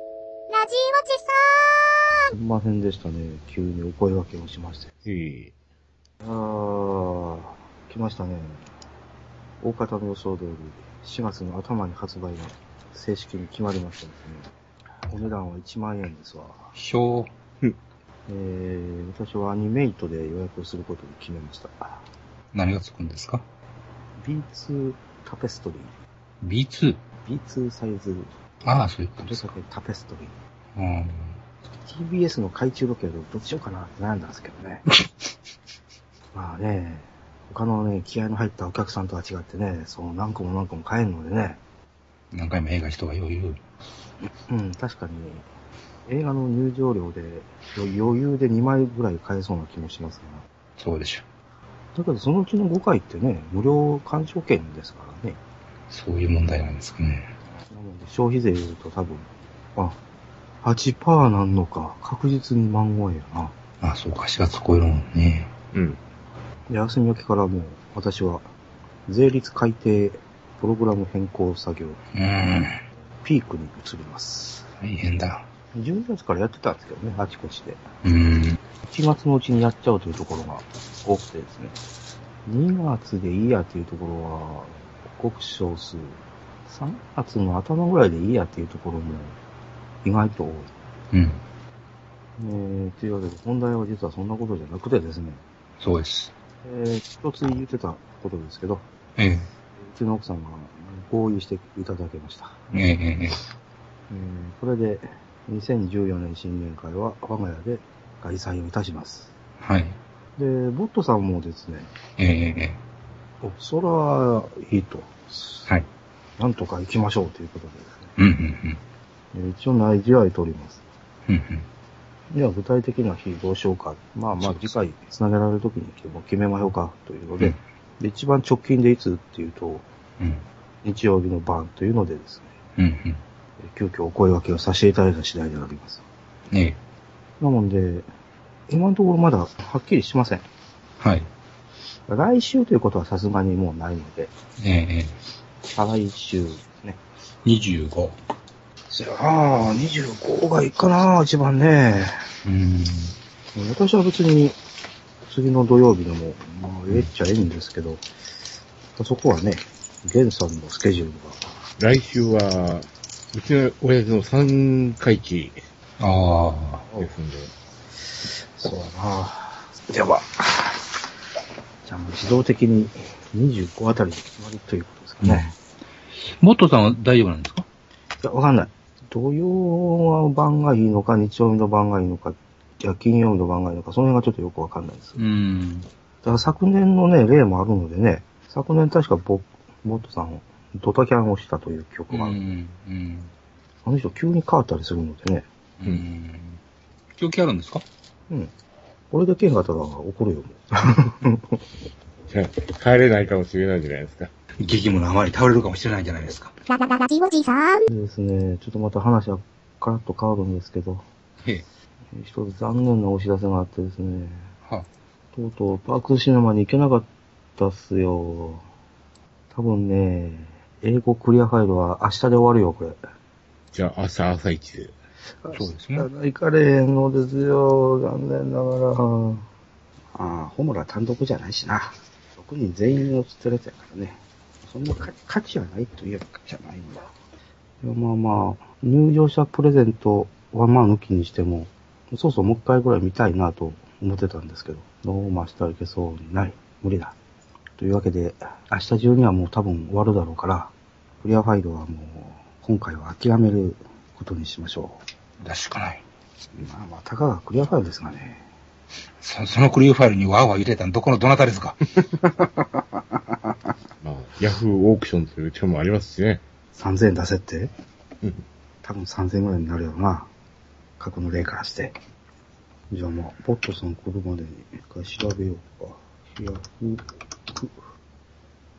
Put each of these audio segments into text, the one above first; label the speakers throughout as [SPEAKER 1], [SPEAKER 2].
[SPEAKER 1] じおじさ
[SPEAKER 2] すんませんでしたね。急にお声掛けをしまして。
[SPEAKER 3] いい。
[SPEAKER 2] あー、来ましたね。大方の予想通り、4月の頭に発売が正式に決まりましたですね。お値段は1万円ですわ。
[SPEAKER 3] ひょう。
[SPEAKER 2] えー、私はアニメイトで予約をすることに決めました。
[SPEAKER 3] 何がつくんですか
[SPEAKER 2] B2 タペストリー。
[SPEAKER 3] ?B2?
[SPEAKER 2] B2 サイズ、
[SPEAKER 3] ああ、そういうこ
[SPEAKER 2] ど
[SPEAKER 3] と
[SPEAKER 2] れ
[SPEAKER 3] です
[SPEAKER 2] だ
[SPEAKER 3] か。
[SPEAKER 2] けタペストリー。
[SPEAKER 3] うん。
[SPEAKER 2] TBS の懐中時計でどっちしようかなって悩んだんですけどね。まあね、他のね、気合の入ったお客さんとは違ってね、その何個も何個も買えるのでね、
[SPEAKER 3] 何回も映画人がよう言う。
[SPEAKER 2] うん、確かに、映画の入場料で余裕で2枚ぐらい買えそうな気もしますが、
[SPEAKER 3] そうでしょ。
[SPEAKER 2] だけどそのうちの5回ってね、無料鑑賞券ですからね。
[SPEAKER 3] そういう問題なんですかね。
[SPEAKER 2] なので消費税言うと多分、あ、8%なんのか、確実に万超えやな。
[SPEAKER 3] ああ、そうか、4月超えるもんね。
[SPEAKER 4] うん。
[SPEAKER 2] で、休み明けからもう、私は、税率改定、プログラム変更作業、
[SPEAKER 3] うーん。
[SPEAKER 2] ピークに移ります。
[SPEAKER 3] 大変だ。
[SPEAKER 2] 12月からやってたんですけどね、あちこちで。
[SPEAKER 3] うーん。
[SPEAKER 2] 1月のうちにやっちゃうというところが多くてですね。2月でいいやというところは、ごく少数。3月の頭ぐらいでいいやというところも、意外と多い。
[SPEAKER 3] うん。
[SPEAKER 2] えー、というわけで、本題は実はそんなことじゃなくてですね、
[SPEAKER 3] そうです。
[SPEAKER 2] えー、一つ言ってたことですけど、
[SPEAKER 3] ええ。
[SPEAKER 2] うちの奥さんが合意していただけました。
[SPEAKER 3] ええ、ええ、
[SPEAKER 2] えーこれで、2014年新年会は我が家で開催をいたします。
[SPEAKER 3] はい。
[SPEAKER 2] で、ボットさんもですね、
[SPEAKER 3] ええ、ええ。
[SPEAKER 2] おそれはいいと。
[SPEAKER 3] はい。
[SPEAKER 2] なんとか行きましょうということでですね
[SPEAKER 3] うん、うん、
[SPEAKER 2] えー一応内示は得ております。
[SPEAKER 3] うん。うん、
[SPEAKER 2] では具体的な日どうしようか。まあまあ次回繋げられるときに決めましょうかというので、
[SPEAKER 3] うん
[SPEAKER 2] で一番直近でいつっていうと、
[SPEAKER 3] うん。
[SPEAKER 2] 日曜日の晩というのでですね、
[SPEAKER 3] うん、うん。
[SPEAKER 2] えー急遽お声掛けをさせていただいた次第であります。
[SPEAKER 3] ええ。
[SPEAKER 2] なので、今のところまだはっきりしません。
[SPEAKER 3] はい。
[SPEAKER 2] 来週ということはさすがにもうないので、
[SPEAKER 3] ええ、ええ。
[SPEAKER 2] 再来週ですね。
[SPEAKER 3] 25。
[SPEAKER 2] ああ、25がいいかな、一番ね。
[SPEAKER 3] うーん。
[SPEAKER 2] 私は別に、次の土曜日でも、まあ、ええっちゃええんですけど、そこはね、ゲンさんのスケジュール
[SPEAKER 4] 来週は、うちの親父の三回忌
[SPEAKER 3] ああ。
[SPEAKER 4] ですんで、
[SPEAKER 2] が。そうだな。では、じゃあもう自動的に25あたりで決まりということですかね。
[SPEAKER 3] モットさんは大丈夫なんですか
[SPEAKER 2] いや、わかんない。土曜は晩がいいのか、日曜日の晩がいいのか、いや、金曜日の晩がいいのか、その辺がちょっとよくわかんないです。
[SPEAKER 3] うーん。
[SPEAKER 2] だから昨年のね、例もあるのでね、昨年確かボボットさんを、ドタキャンをしたという記
[SPEAKER 3] う
[SPEAKER 2] 憶がある。
[SPEAKER 3] ん。うん。
[SPEAKER 2] あの人急に変わったりするのでね、
[SPEAKER 3] うん。狂気あるんですか
[SPEAKER 2] うん。これでけんかったら怒るよ、も
[SPEAKER 4] じゃあ帰れないかもしれないじゃないですか。
[SPEAKER 3] 激務のあまり倒れるかもしれないじゃないですか。
[SPEAKER 1] ん。ララララジオじさん。
[SPEAKER 2] う。ですね、ちょっとまた話はカラッと変わるんですけど、
[SPEAKER 3] ええ。
[SPEAKER 2] 一つ残念なお知らせがあってですね、
[SPEAKER 3] は
[SPEAKER 2] とうとうパークシネマに行けなかったっすよ。多分ね、英語クリアファイルは明日で終わるよ、これ。
[SPEAKER 4] じゃあ明日朝一で。
[SPEAKER 3] そうですね
[SPEAKER 2] 明日行かれへんのですよ、残念ながら。ああ、ホムラ単独じゃないしな。6人全員を釣ってるやつやからね。そんなか価値はないといえば価値はないんだ。いやまあまあ、入場者プレゼントはまあ抜きにしても、そうそうもう一回ぐらい見たいなと思ってたんですけど、どうも明日は行けそうにない。無理だ。というわけで、明日中にはもう多分終わるだろうから、クリアファイルはもう今回は諦めることにしましょう。
[SPEAKER 3] 出しかない。
[SPEAKER 2] まあまあ、たかがクリアファイルですがね。
[SPEAKER 3] そそのクリューファイルにわーわー入れたのどこのどなたですか
[SPEAKER 4] まあ、ヤフーオークションという手もありますしね。
[SPEAKER 2] 3000円出せって
[SPEAKER 4] うん
[SPEAKER 2] 多分3000円ぐらいになるよな。過去の例からして。じゃあまあ、ボットさん来るまでに一回調べようか。ヤフー。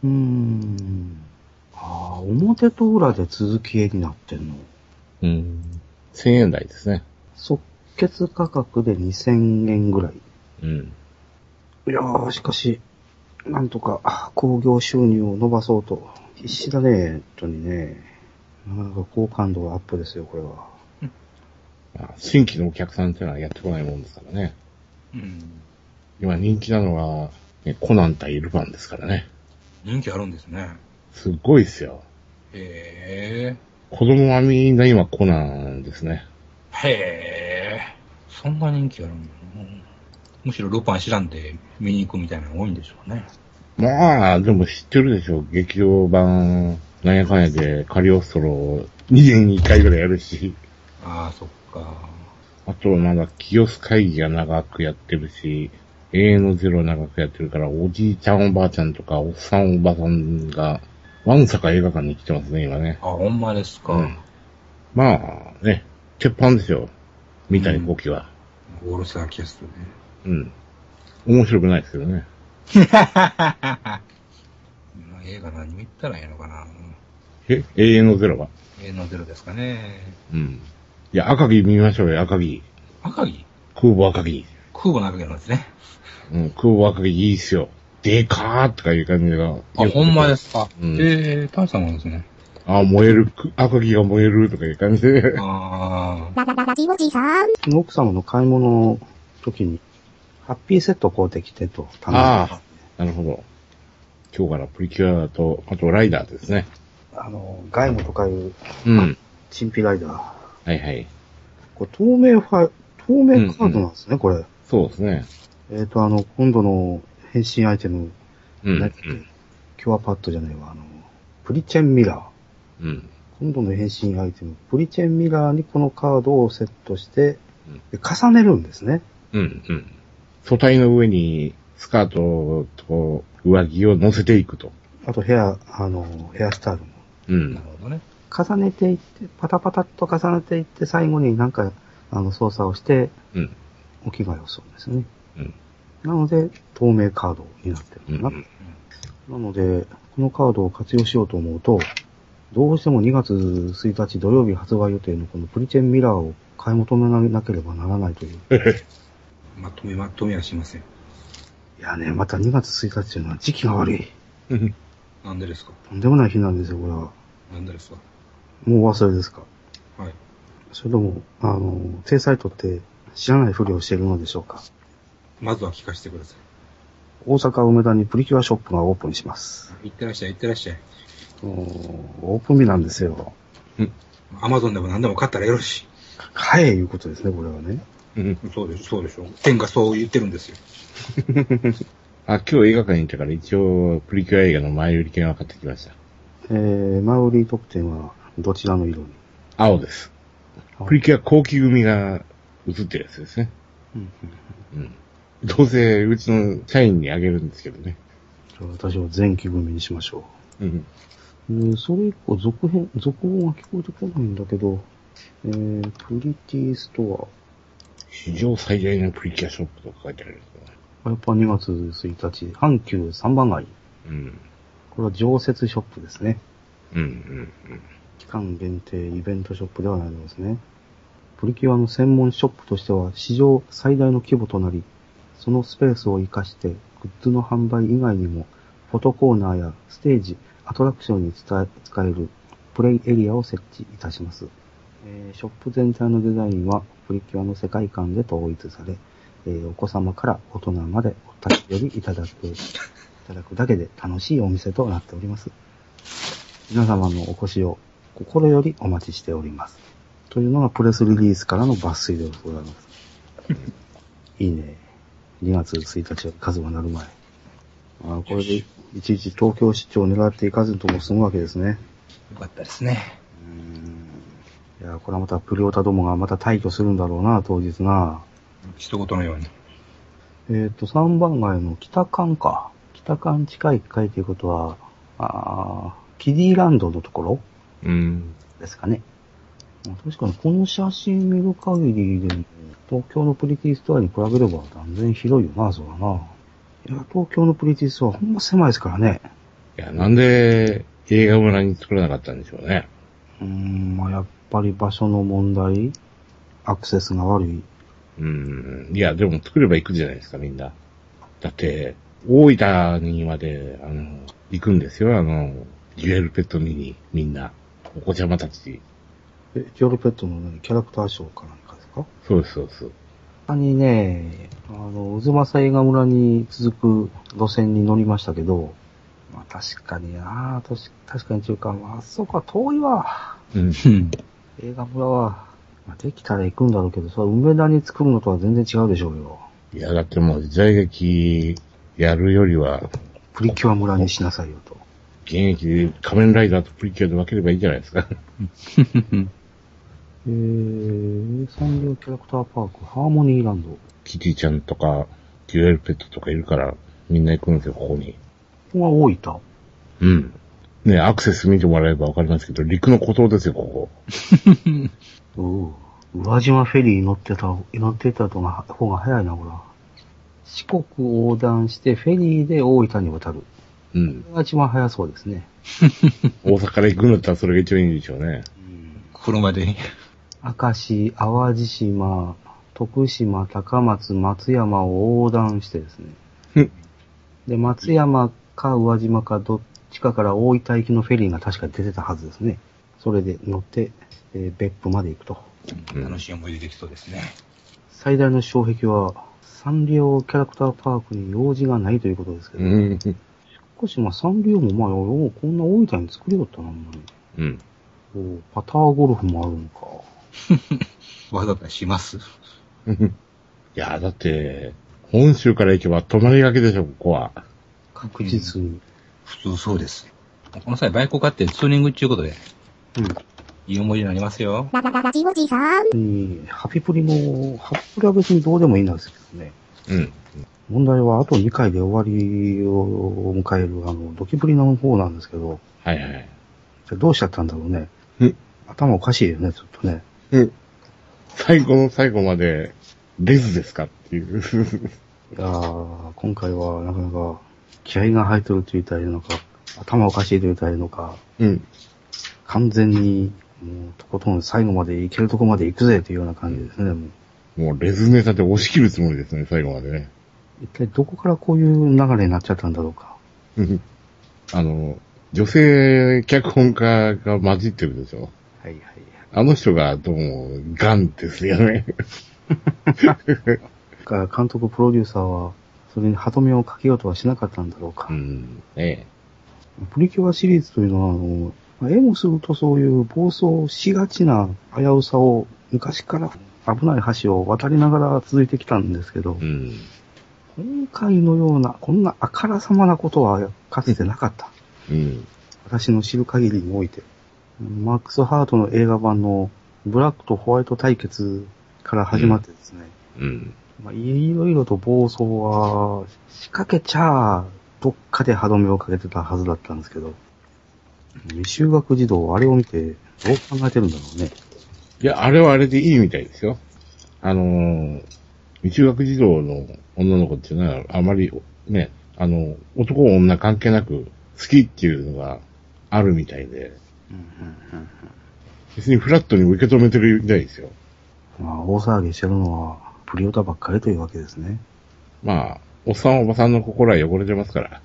[SPEAKER 2] うーん。ああ、表と裏で続き絵になってんの。
[SPEAKER 4] うん。1000円台ですね。
[SPEAKER 2] 即決価格で2000円ぐらい。
[SPEAKER 4] うん。
[SPEAKER 2] いやー、しかし、なんとか、興行収入を伸ばそうと。必死だね、本当にね。なかなか好感度アップですよ、これは。
[SPEAKER 4] まあ新規のお客さんっていうのはやってこないもんですからね。
[SPEAKER 3] うん。
[SPEAKER 4] 今人気なのは、ねコナン対ルパンですからね。
[SPEAKER 3] 人気あるんですね。
[SPEAKER 4] すっごいですよ。
[SPEAKER 3] へ
[SPEAKER 4] 子供はみんな今コナンですね。
[SPEAKER 3] え。へえ。そんな人気あるんだな。むしろルパン知らんで見に行くみたいなのが多いんでしょうね。
[SPEAKER 4] まあ、でも知ってるでしょ。劇場版、なんやかんやでカリオストロを2年に1回ぐらいやるし、
[SPEAKER 3] ああ、そっか。
[SPEAKER 4] あとはまだキオス会議が長くやってるし、永遠のゼロ長くやってるから、おじいちゃんおばあちゃんとか、おっさんおばさんが、ワンサか映画館に来てますね、今ね。
[SPEAKER 3] あ、ほんまですか。
[SPEAKER 4] うんまあ、ね、鉄板ですよ。みたい動きは。
[SPEAKER 3] オールスターキャストね。
[SPEAKER 4] うん。面白くないですけどね。
[SPEAKER 3] 今映画何見たらいいのかな。
[SPEAKER 4] え、永遠のゼロは。
[SPEAKER 3] 永遠のゼロですかね。
[SPEAKER 4] うん。いや、赤木見ましょうよ、赤木。
[SPEAKER 3] 赤城
[SPEAKER 4] 空母赤木。
[SPEAKER 3] 空母の赤城なんですね。
[SPEAKER 4] うん、空母赤木いいっすよ。でかーとかいう感じが。。
[SPEAKER 3] あ、ほんまですすか。
[SPEAKER 4] うん
[SPEAKER 3] えー、パンさんもですね。
[SPEAKER 4] あ、燃える、く赤木が燃えるとかいう感じで。
[SPEAKER 3] あ
[SPEAKER 1] ララララジオジさん。
[SPEAKER 2] その奥様の買い物の時に、ハッピーセット買うてきてと頼んだ
[SPEAKER 4] ああ、なるほど。今日からプリキュアと、あとライダーですね。
[SPEAKER 2] あの、ガイムとかいう、
[SPEAKER 4] うん。
[SPEAKER 2] チンピライダー。
[SPEAKER 4] はいはい。
[SPEAKER 2] これ透明ファイ、透明カードなんですね、これ。
[SPEAKER 4] そうですね。
[SPEAKER 2] えっ、と、あの、今度の変身アイテム、
[SPEAKER 4] うん。
[SPEAKER 2] なんだっけキュアパッドじゃないわ、あの、プリチェンミラー。
[SPEAKER 4] うん。うん。
[SPEAKER 2] 今度の変身アイテム、プリチェンミラーにこのカードをセットして
[SPEAKER 4] うん、
[SPEAKER 2] で重ねるんですね。
[SPEAKER 4] うん。うん。素体の上にスカートと上着を乗せていくと。
[SPEAKER 2] あとヘア、あの、ヘアスタイルも。
[SPEAKER 3] あ、
[SPEAKER 4] う
[SPEAKER 3] なんる。ほどね。
[SPEAKER 2] 重ねていって、パタパタっと重ねていって、最後になんか、あの、操作をして、
[SPEAKER 4] うん。
[SPEAKER 2] お着替えをするんですね。
[SPEAKER 4] うん。
[SPEAKER 2] なので、透明カードになって
[SPEAKER 4] う
[SPEAKER 2] るかな。
[SPEAKER 4] ん。
[SPEAKER 2] なので、このカードを活用しようと思うと、どうしても2月1日土曜日発売予定のこのプリチェンミラーを買い求めなければならないという。
[SPEAKER 3] まとめまとめはしません。
[SPEAKER 2] いやね、また2月1日というのは時期が悪い。
[SPEAKER 4] うん。
[SPEAKER 3] なんでですか
[SPEAKER 2] とんでもない日なんですよ、これは。
[SPEAKER 3] なんでですか
[SPEAKER 2] もうお忘れですか
[SPEAKER 3] はい。
[SPEAKER 2] それとも、あの、制裁とって知らないふりをしているのでしょうか
[SPEAKER 3] まずは聞かせてくださ
[SPEAKER 2] 大阪梅田にプリキュアショップがオープンします。
[SPEAKER 3] い。行ってらっしゃい、行ってらっしゃい。
[SPEAKER 2] おーオープン日なんですよ。
[SPEAKER 3] アマゾンでも何でも買ったらよろし
[SPEAKER 2] はい、いうことですね、これはね。
[SPEAKER 4] うん。
[SPEAKER 3] い。そうでしょ、そうでしょ。天がそう言ってるんですよ。
[SPEAKER 4] あ、今日映画館に行ったから一応プリキュア映画の前売り券は買ってきました。
[SPEAKER 2] えー、前売り特典はどちらの色に
[SPEAKER 4] 青です
[SPEAKER 2] 青。
[SPEAKER 4] プリキュア後期組が映ってるやつですね。うん。どうせ、うちの社員にあげるんですけどね。
[SPEAKER 2] じゃあ私は前期組にしましょ
[SPEAKER 4] うん。
[SPEAKER 2] う。えーそれ以降、続編、続音は聞こえてこないんだけど、えー、プリティスト
[SPEAKER 4] 史上最大のプリキュアショップとか書いてあるんですけどね。
[SPEAKER 2] ア、やっぱ2月1日、阪急3番街。
[SPEAKER 4] うん。
[SPEAKER 2] これは常設ショップですね。
[SPEAKER 4] うん、うん、うん。
[SPEAKER 2] 期間限定イベントショップではないのですね。プリキュアの専門ショップとしては史上最大の規模となり、そのスペースを活かしてグッズの販売以外にも、フォトコーナーやステージ、アトラクションに伝え使えるプレイエリアを設置いたします。えーショップ全体のデザインはプリキュアの世界観で統一され、えーお子様から大人までお立ち寄りいただく、いただくだけで楽しいお店となっております。皆様のお越しを心よりお待ちしております。というのがプレスリリースからの抜粋でございます。いいね。2月1日は数が鳴る前。ああこれでいちいち東京市長を狙っていかずとも済むわけですね。
[SPEAKER 3] よかったですね。
[SPEAKER 2] いやー、これはまたプリオタどもがまた退去するんだろうな、当日な。
[SPEAKER 3] 一言のように。
[SPEAKER 2] えっ、と、3番街の北館か。北館近い階ということは、あーキディランドのところ
[SPEAKER 4] うん。
[SPEAKER 2] ですかね。まあ確かにこの写真見る限りでも、東京のプリティストアに比べれば断然広いよな、そうだな。いや、東京のプリティストアほんま狭いですからね。
[SPEAKER 4] いや、なんで映画村に作らなかったんでしょうね。
[SPEAKER 2] うーん、まあやっぱり場所の問題、アクセスが悪い。
[SPEAKER 4] うん。いや、でも作れば行くじゃないですか、みんな。だって、大分にまで、あの、行くんですよ、あの、デュエルペットミニ、みんな。お子ちゃまたち。
[SPEAKER 2] え、ジョルペットの、ね、キャラクターショーかなんかですかか
[SPEAKER 4] そうです、そうです。
[SPEAKER 2] 他にね、あの、渦政映画村に続く路線に乗りましたけど、まあ確かにな確確かに中間は、あそこは遠いわ。
[SPEAKER 4] うん。
[SPEAKER 3] うん。
[SPEAKER 2] 映画村は、まあ、できたら行くんだろうけど、それは梅田に作るのとは全然違うでしょうよ。
[SPEAKER 4] いや、だってもう時代劇やるよりは、
[SPEAKER 2] プリキュア村にしなさいよと。
[SPEAKER 4] 現役で仮面ライダーとプリキュアで分ければいいじゃないですか。
[SPEAKER 2] えー、産業キャラクターパーク、ハーモニーランド。
[SPEAKER 4] キティちゃんとか、デュエルペットとかいるから、みんな行くんですよ、ここに。
[SPEAKER 2] ここは大分。
[SPEAKER 4] うん。ねアクセス見てもらえばわかりますけど、陸の孤島ですよ、ここ。
[SPEAKER 2] おう宇和島フェリーに乗ってた、乗ってたとが方が早いな、ほら。四国横断して、フェリーで大分に渡る。
[SPEAKER 4] うん
[SPEAKER 2] こ。れが一番早そうですね。
[SPEAKER 4] 大阪から行くんだったらそれが一番いいでしょうね。
[SPEAKER 3] 車で。
[SPEAKER 2] 明石、淡路島、徳島、高松、松山を横断してですね。
[SPEAKER 4] うん
[SPEAKER 2] で、松山か宇和島かどっちかから大分行きのフェリーが確か出てたはずですね。それで乗って、えー別府まで行くと。
[SPEAKER 4] うん
[SPEAKER 3] 楽しい思い出できそうですね。
[SPEAKER 2] 最大の障壁は、サンリオキャラクターパークに用事がないということですけど、
[SPEAKER 4] うん。
[SPEAKER 2] 少しまあサンリオもまあ、ようこんな大分に作りよったな、ほんまに。
[SPEAKER 4] うん。
[SPEAKER 2] おうパターゴルフもあるのか。
[SPEAKER 3] わざわざします。
[SPEAKER 4] いや、だって、本州から行けば泊まりがけでしょ、ここは。
[SPEAKER 2] 確実に。
[SPEAKER 3] 普通そうです。この際バイクを買ってツーリングっていうことで、
[SPEAKER 2] うん
[SPEAKER 3] いい思い出になりますよ。
[SPEAKER 1] ララララジオジさん。
[SPEAKER 2] に、ハピプリも、ハピプリは別にどうでもいいんですけどね。
[SPEAKER 4] うん。
[SPEAKER 2] 問題はあと2回で終わりを迎える、あの、ドキプリの方なんですけど、
[SPEAKER 4] はいはい。
[SPEAKER 2] じゃあどうしちゃったんだろうね
[SPEAKER 4] え。
[SPEAKER 2] 頭おかしいよね、ちょっとね。
[SPEAKER 4] うん。最後の最後まで、レズですかっていう。
[SPEAKER 2] いやー、今回はなかなか気合が入ってると言ったらいいのか、頭おかしいと言ったらいいのか、
[SPEAKER 4] うん。
[SPEAKER 2] 完全に、もう、とことん最後まで行けるとこまで行くぜというような感じですね、もう。
[SPEAKER 4] もうレズネタで押し切るつもりですね、最後までね。
[SPEAKER 2] 一体どこからこういう流れになっちゃったんだろうか。
[SPEAKER 4] うんあの、女性脚本家が混じってるでしょ。
[SPEAKER 2] はいはいはい。
[SPEAKER 4] あの人がどうも、ガンですよね。
[SPEAKER 2] が監督、プロデューサーは、それに歯止めをかけようとはしなかったんだろうか。
[SPEAKER 4] うん。え
[SPEAKER 2] プリキュアシリーズというのは、あの、まあ絵もするとそういう暴走しがちな危うさを、昔から危ない橋を渡りながら続いてきたんですけど
[SPEAKER 4] え。う、ん。
[SPEAKER 2] 今回のような、こんなあからさまなことはかつてなかった。
[SPEAKER 4] うん。
[SPEAKER 2] 私の知る限りにおいて。マックス・ハートの映画版のブラックとホワイト対決から始まってですね、
[SPEAKER 4] うん。
[SPEAKER 2] まあ、いろいろと暴走は、仕掛けちゃあ、どっかで歯止めをかけてたはずだったんですけど、未就学児童、あれを見て、どう考えてるんだろうね。
[SPEAKER 4] いや、あれはあれでいいみたいですよ。あのー、未就学児童の女の子っていうのは、あまり、ね、あの、男女関係なく、好きっていうのがあるみたいで、別にフラットに受け止めてるみたいですよ。
[SPEAKER 2] まあ、大騒ぎしてるのは、プリオタばっかりというわけですね。
[SPEAKER 4] まあ、おっさんおばさんの心は汚れてますから。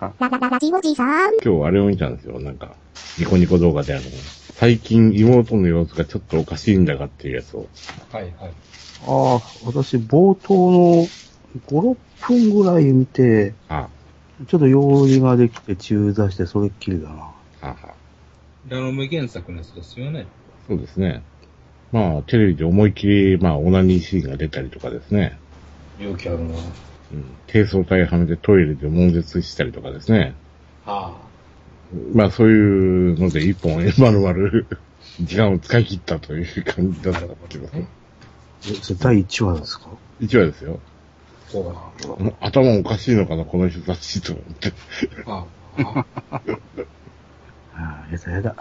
[SPEAKER 1] ララララジオジさん。
[SPEAKER 4] 今日あれを見たんですよ、なんか。ニコニコ動画であの、最近妹の様子がちょっとおかしいんだがっていうやつを。
[SPEAKER 3] はいはい。
[SPEAKER 2] ああ、私、冒頭の5、6分ぐらい見て、
[SPEAKER 4] あ、
[SPEAKER 2] ちょっと用意ができて中座して、それっきりだな。
[SPEAKER 4] あは。
[SPEAKER 3] ラノム原作のやつですよね。
[SPEAKER 4] そうですね。まあ、テレビで思いっきり、まあ、オナニーシーンが出たりとかですね。
[SPEAKER 3] 容器あるのは。
[SPEAKER 4] うん。低層体はめてトイレで悶絶したりとかですね。
[SPEAKER 3] あ
[SPEAKER 4] まあ、そういうので一本、まるまる 時間を使い切ったという感じだったっていうね。
[SPEAKER 2] えそれ第1話ですか
[SPEAKER 4] 一話ですよ。
[SPEAKER 3] あ、そうだな。
[SPEAKER 4] もう頭おかしいのかな、この人たちと思って。
[SPEAKER 3] ああ、
[SPEAKER 2] ああ、やだやだ。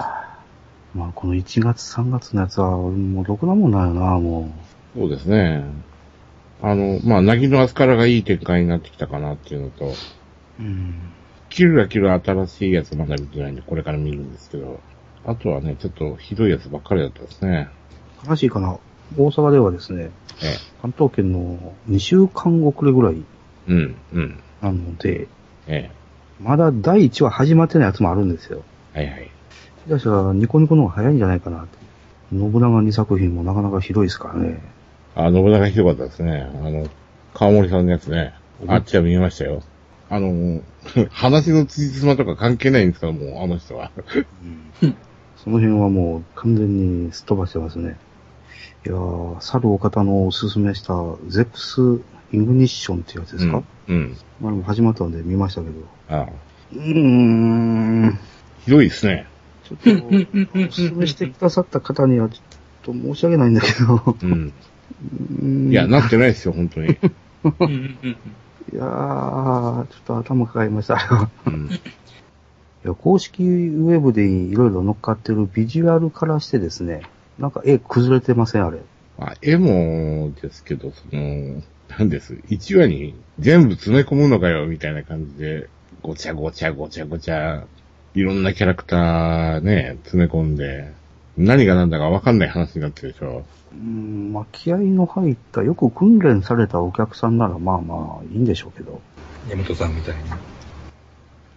[SPEAKER 2] まあ、この1月、3月のやつは、もう、ろくなもんないよな、も
[SPEAKER 4] そうですね。あの、まあ、なぎのアスカラがいい展開になってきたかなっていうのと、
[SPEAKER 2] う。うん。
[SPEAKER 4] キルラキルラ新しいやつまだ見てないんで、これから見るんですけど、あとはね、ちょっとひどいやつばっかりだったですね。
[SPEAKER 2] 悲しいかな。大阪ではですね、
[SPEAKER 4] え
[SPEAKER 2] 関東圏の2週間遅れぐらい
[SPEAKER 4] え。うん、うん。
[SPEAKER 2] なので、
[SPEAKER 4] え
[SPEAKER 2] まだ第1話始まってないやつもあるんですよ。
[SPEAKER 4] え。はいはい。
[SPEAKER 2] しかしたらニコニコの方が早いんじゃないかなって。信長2作品もなかなか広いですからね。
[SPEAKER 4] あ、信長ひどかったですね。あの、川森さんのやつね。あっちは見えましたよ。あの、 話のつじつまとか関係ないんですから、もう、あの人は。
[SPEAKER 2] その辺はもう完全にすっ飛ばしてますね。いやー、去るお方のおすすめした、ゼックス・イグニッションっていうやつですか、
[SPEAKER 4] うん。うん。
[SPEAKER 2] まあでも始まったんで見ましたけど。
[SPEAKER 4] あ
[SPEAKER 2] うーん。
[SPEAKER 4] ひどいですね。
[SPEAKER 2] ちょっと、おすすめしてくださった方にはちょっと申し訳ないんだけど。
[SPEAKER 4] うん。
[SPEAKER 2] うーん
[SPEAKER 4] いや、なってないですよ、本当に。
[SPEAKER 3] うんうんうん
[SPEAKER 2] いやー、ちょっと頭抱えました。 あれは
[SPEAKER 4] うん。
[SPEAKER 2] いや、公式ウェブでいろいろ乗っかってるビジュアルからしてですね、なんか絵崩れてません、あれ。
[SPEAKER 4] まあ、絵もですけど、その、なんです。1話に全部詰め込むのかよ、みたいな感じで、ごちゃごちゃごちゃごちゃ、いろんなキャラクターね、詰め込んで、何が何だかわかんない話になってるでしょ。
[SPEAKER 2] うーん、まあ、気合の入った、よく訓練されたお客さんならまあまあいいんでしょうけど、
[SPEAKER 3] 山本さんみたいに。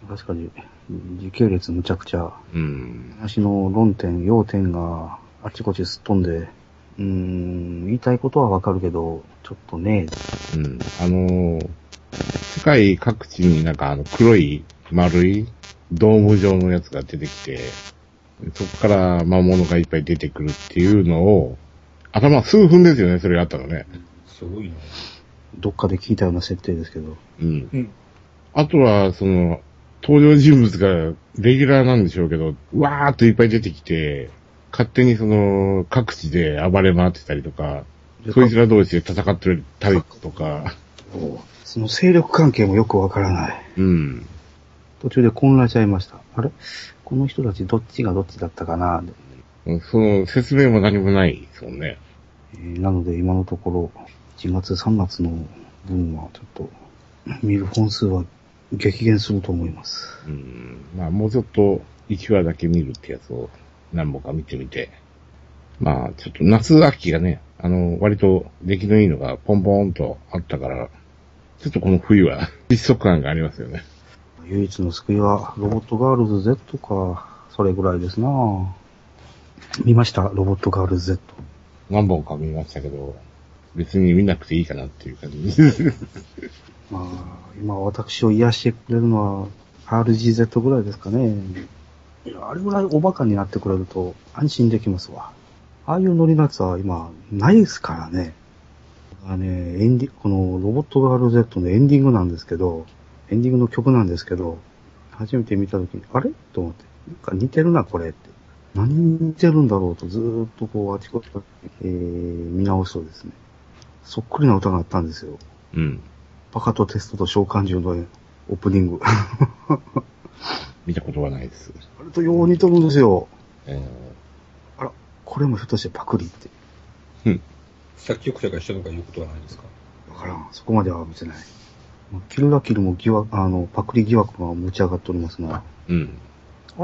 [SPEAKER 2] 確かにうん時系列むちゃくちゃ、
[SPEAKER 4] うん。
[SPEAKER 2] 話の論点、要点があちこちすっ飛んで、うーん、言いたいことはわかるけど、ちょっとね、
[SPEAKER 4] うん。あのー世界各地になんかあの黒い丸いドーム状のやつが出てきて、そこから魔物がいっぱい出てくるっていうのを、頭数分ですよね、それがあったのね。
[SPEAKER 3] すごいな。
[SPEAKER 2] どっかで聞いたような設定ですけど、
[SPEAKER 4] うん。
[SPEAKER 3] うん。
[SPEAKER 4] あとは、その、登場人物がレギュラーなんでしょうけど、うわーっといっぱい出てきて、勝手にその、各地で暴れ回ってたりとか、そいつら同士で戦ってたりとか、
[SPEAKER 2] その勢力関係もよくわからない。
[SPEAKER 4] うん。
[SPEAKER 2] 途中で混乱しちゃいました。あれこの人たちどっちがどっちだったかな、
[SPEAKER 4] その、説明も何もないですもんね。
[SPEAKER 2] えーなので今のところ、1月3月の分はちょっと、 見る本数は激減すると思います。
[SPEAKER 4] うん。まあ、もうちょっと、1話だけ見るってやつを何本か見てみて、まあ、ちょっと夏秋がね、あの、割と出来のいいのがポンポンとあったから、ちょっとこの冬は 失速感がありますよね。
[SPEAKER 2] 唯一の救いは、ロボットガールズ Z か、それぐらいですなぁ見ました、ロボットガールズ Z。
[SPEAKER 4] 何本か見ましたけど、別に見なくていいかなっていう感じ です。
[SPEAKER 2] まあ、今私を癒してくれるのは RGZ ぐらいですかね。いやあれぐらいおバカになってくれると安心できますわ。ああいうノリのやつは今、ないですからね。だからね、エンディ、このロボットガール Z のエンディングなんですけど、エンディングの曲なんですけど、初めて見たときに、あれと思って、なんか似てるな、これって。何に似てるんだろうとずーっとこう、あちこち、えー、見直すとですね、そっくりな歌があったんですよ。
[SPEAKER 4] うん。
[SPEAKER 2] バカとテストと召喚獣のオープニング。
[SPEAKER 4] 見たことはないです。
[SPEAKER 2] あれとよう似とるんですよ。
[SPEAKER 4] え
[SPEAKER 2] これもひょっとしてパクリって。
[SPEAKER 3] 作曲者が一緒とかいうことはないですか
[SPEAKER 2] わからん。そこまでは見てない。まあキルラキルも疑惑、あの、パクリ疑惑が持ち上がっておりますが。
[SPEAKER 4] ーうん。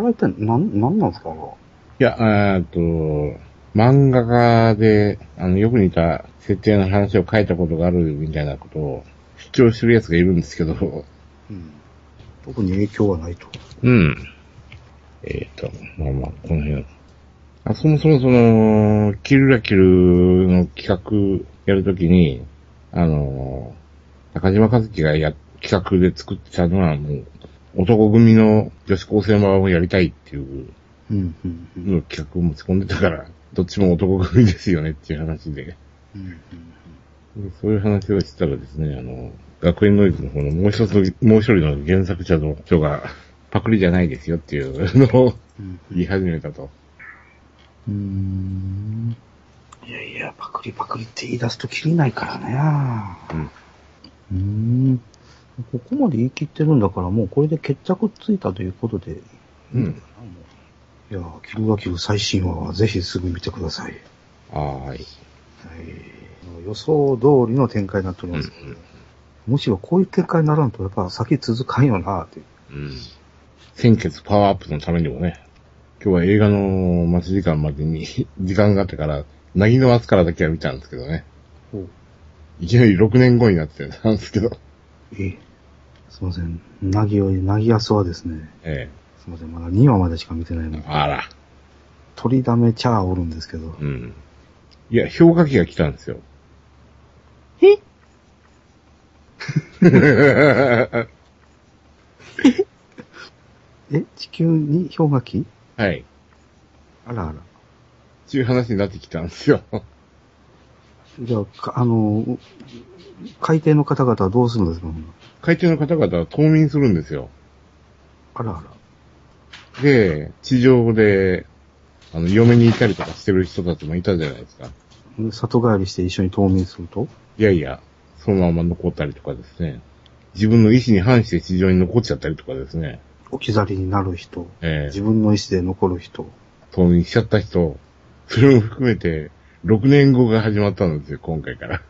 [SPEAKER 2] あれ一体なん、なんなんですかあれはい
[SPEAKER 4] や、えーっと、漫画家で、あの、よく似た設定の話を書いたことがあるみたいなことを主張してるやつがいるんですけど、
[SPEAKER 2] うん。特に影響はないと。
[SPEAKER 4] うん。えーっと、まあまあ、この辺。あそもそもその、キルラキルの企画やるときに、あの、中島和樹がや、企画で作ってたのはもう、男組の女子高生版をやりたいっていう
[SPEAKER 2] うん、うん、うん。
[SPEAKER 4] の企画を持ち込んでたから、どっちも男組ですよねっていう話で。
[SPEAKER 2] うんうん
[SPEAKER 4] そういう話をしてたらですね、あの、学園ノイズの方のもう一つの、もう一人の原作者の人が、パクリじゃないですよっていうのを
[SPEAKER 2] うん
[SPEAKER 4] 言い始めたと。
[SPEAKER 2] うーん。いやいや、パクリパクリって言い出すときりないからね。うーん。ここまで言い切ってるんだから、もうこれで決着ついたということで。
[SPEAKER 4] うん。うん。
[SPEAKER 2] いやー、キルガキル最新話はぜひすぐ見てください。はい。
[SPEAKER 4] はーい。
[SPEAKER 2] 予想通りの展開になっております。
[SPEAKER 4] うんうん
[SPEAKER 2] むしろこういう展開にならんと、やっぱ先続かんよなーって。
[SPEAKER 4] うん。先月パワーアップのためにもね、今日は映画の待ち時間までに 時間があってから、なぎの松からだけは見たんですけどね。
[SPEAKER 2] お
[SPEAKER 4] いきなり6年後になってたんですけど。
[SPEAKER 2] ええすいません。なぎより、なぎやすはですね、
[SPEAKER 4] え
[SPEAKER 2] すいません。まだ2話までしか見てない
[SPEAKER 4] え
[SPEAKER 2] の。
[SPEAKER 4] あら。
[SPEAKER 2] 取りだめチャーおるんですけど。
[SPEAKER 4] うん。いや、氷河期が来たんですよ。
[SPEAKER 5] え
[SPEAKER 2] え、地球に氷河期
[SPEAKER 4] はい。
[SPEAKER 2] あらあら。
[SPEAKER 4] っていう話になってきたんですよ。
[SPEAKER 2] じゃあ、かあの、海底の方々はどうするんですかほんな
[SPEAKER 4] 海底の方々は冬眠するんですよ。
[SPEAKER 2] あらあら。
[SPEAKER 4] で、地上で、あの、嫁にいたりとかしてる人たちもいたじゃないですか。
[SPEAKER 2] で里帰りして一緒に冬眠すると
[SPEAKER 4] いやいや、そのまま残ったりとかですね。自分の意思に反して地上に残っちゃったりとかですね。
[SPEAKER 2] 置き去りになる人、
[SPEAKER 4] ええ
[SPEAKER 2] 自分の意思で残る人。
[SPEAKER 4] 冬眠しちゃった人、それも含めて、6年後が始まったんですよ、今回から。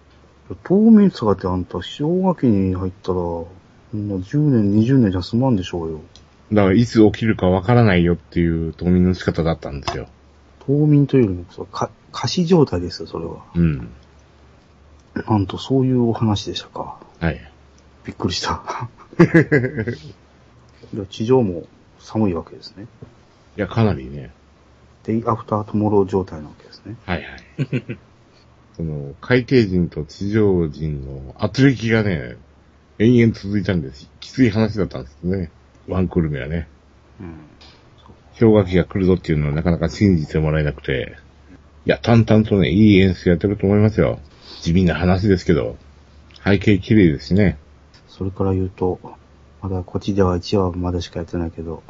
[SPEAKER 2] 冬眠とかってあんた、氷河期に入ったら、もう10年、20年じゃ済まんでしょうよ。
[SPEAKER 4] だから、いつ起きるかわからないよっていう冬眠の仕方だったんですよ。
[SPEAKER 2] 冬眠というよりも、そうか、仮死状態ですよ、それは。
[SPEAKER 4] うん。
[SPEAKER 2] なんと、そういうお話でしたか。
[SPEAKER 4] はい。
[SPEAKER 2] びっくり した。で地上も寒いわけですね。
[SPEAKER 4] いや、かなりね。
[SPEAKER 2] デイアフタートモロー状態なわけですね。
[SPEAKER 4] はいはい。その、海底人と地上人の圧力がね、延々続いたんです。きつい話だったんですけどね。ワンクルメはね。
[SPEAKER 2] うん。
[SPEAKER 4] 氷河期が来るぞっていうのはなかなか信じてもらえなくて。いや、淡々とね、いい演出やってると思いますよ。地味な話ですけど。背景綺麗ですしね。
[SPEAKER 2] それから言うと、まだこっちでは1話までしかやってないけど、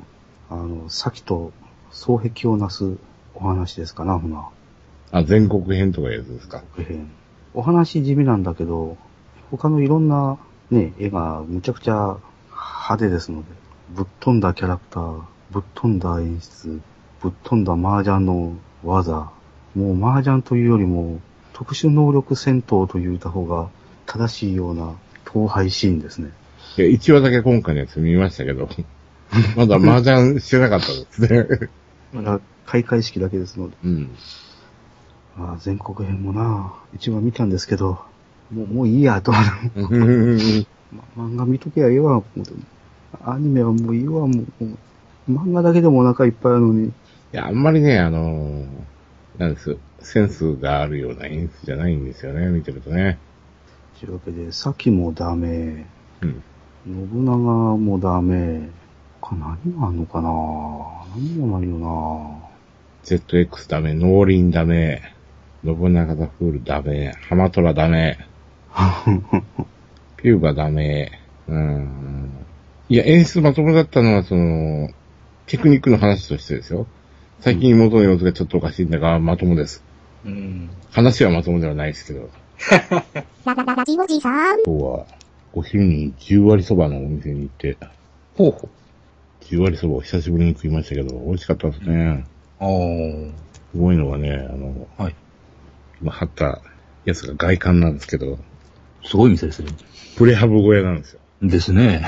[SPEAKER 2] あの、先と双璧をなすお話ですかな、ほな。
[SPEAKER 4] あ、全国編とかいうやつですか。
[SPEAKER 2] 続編お話地味なんだけど、他のいろんなね、絵がむちゃくちゃ派手ですので、ぶっ飛んだキャラクター、ぶっ飛んだ演出、ぶっ飛んだ麻雀の技、もう麻雀というよりも特殊能力戦闘と言った方が正しいような統廃シーンですね。
[SPEAKER 4] いや、1話だけ今回のやつ見ましたけど。 まだ麻雀してなかったですね。
[SPEAKER 2] まだ開会式だけですので、
[SPEAKER 4] うん。
[SPEAKER 2] まあ、全国編もな、一番見たんですけど、もうもういいやと思ってま漫画見とけやええわ、思ってアニメはもういいわ、もう。もう漫画だけでもお腹いっぱいあるのに。
[SPEAKER 4] いや、あんまりね、あのーなんです、センスがあるような演出じゃないんですよね、見てるとね。
[SPEAKER 2] というわけで、さきもダメ、
[SPEAKER 4] うん。
[SPEAKER 2] 信長もダメ、他何があんのかな何もないよな
[SPEAKER 4] ZX ダメ、農林ダメ、信長ザフールダメ、ハマトラダ メ、ピューバダメ、うーん。いや、演出まともだったのは、その、テクニックの話としてですよ。最近元の様子がちょっとおかしいんだが、まともです。
[SPEAKER 3] うん。
[SPEAKER 4] 話はまともではないですけど。
[SPEAKER 1] ララララジオジさん。
[SPEAKER 4] 今日は、お昼に10割そばのお店に行って、
[SPEAKER 3] ほうほ
[SPEAKER 4] 10割そばを久しぶりに食いましたけど、美味しかったですね。
[SPEAKER 3] う。おー。
[SPEAKER 4] すごいのはね、あの、
[SPEAKER 3] はい。
[SPEAKER 4] 今貼ったやつが外観なんですけど、
[SPEAKER 3] すごい店ですね。
[SPEAKER 4] プレハブ小屋なんですよ。
[SPEAKER 3] ですね。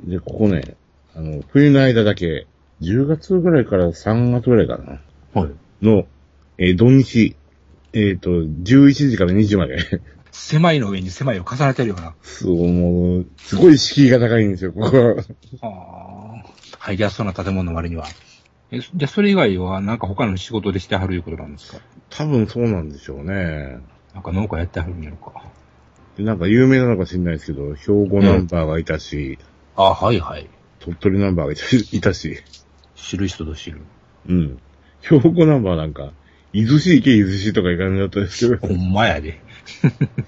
[SPEAKER 4] で、ここね、あの、冬の間だけ、10月ぐらいから3月ぐらいかな、
[SPEAKER 3] はい。
[SPEAKER 4] の、えー土日、えっ、と、11時から2時まで。
[SPEAKER 3] 狭いの上に狭いを重ねてるような。
[SPEAKER 4] そう、もう、すごい敷居が高いんですよ、ここは。
[SPEAKER 3] ああ。入りやすそうな建物の割には。え、じゃあそれ以外はなんか他の仕事でしてはるいうことなんですか
[SPEAKER 4] 多分そうなんでしょうね。
[SPEAKER 3] なんか農家やってはるんやろか。
[SPEAKER 4] でなんか有名なのか知んないですけど、兵庫ナンバーがいたし、
[SPEAKER 3] あはいはい。
[SPEAKER 4] 鳥取ナンバーがいたしい たし、
[SPEAKER 3] 知る人ぞ知る。
[SPEAKER 4] うん。兵庫ナンバーなんか、伊豆市行け伊豆市とかいう感じだったんですけど、
[SPEAKER 3] ほんまやで。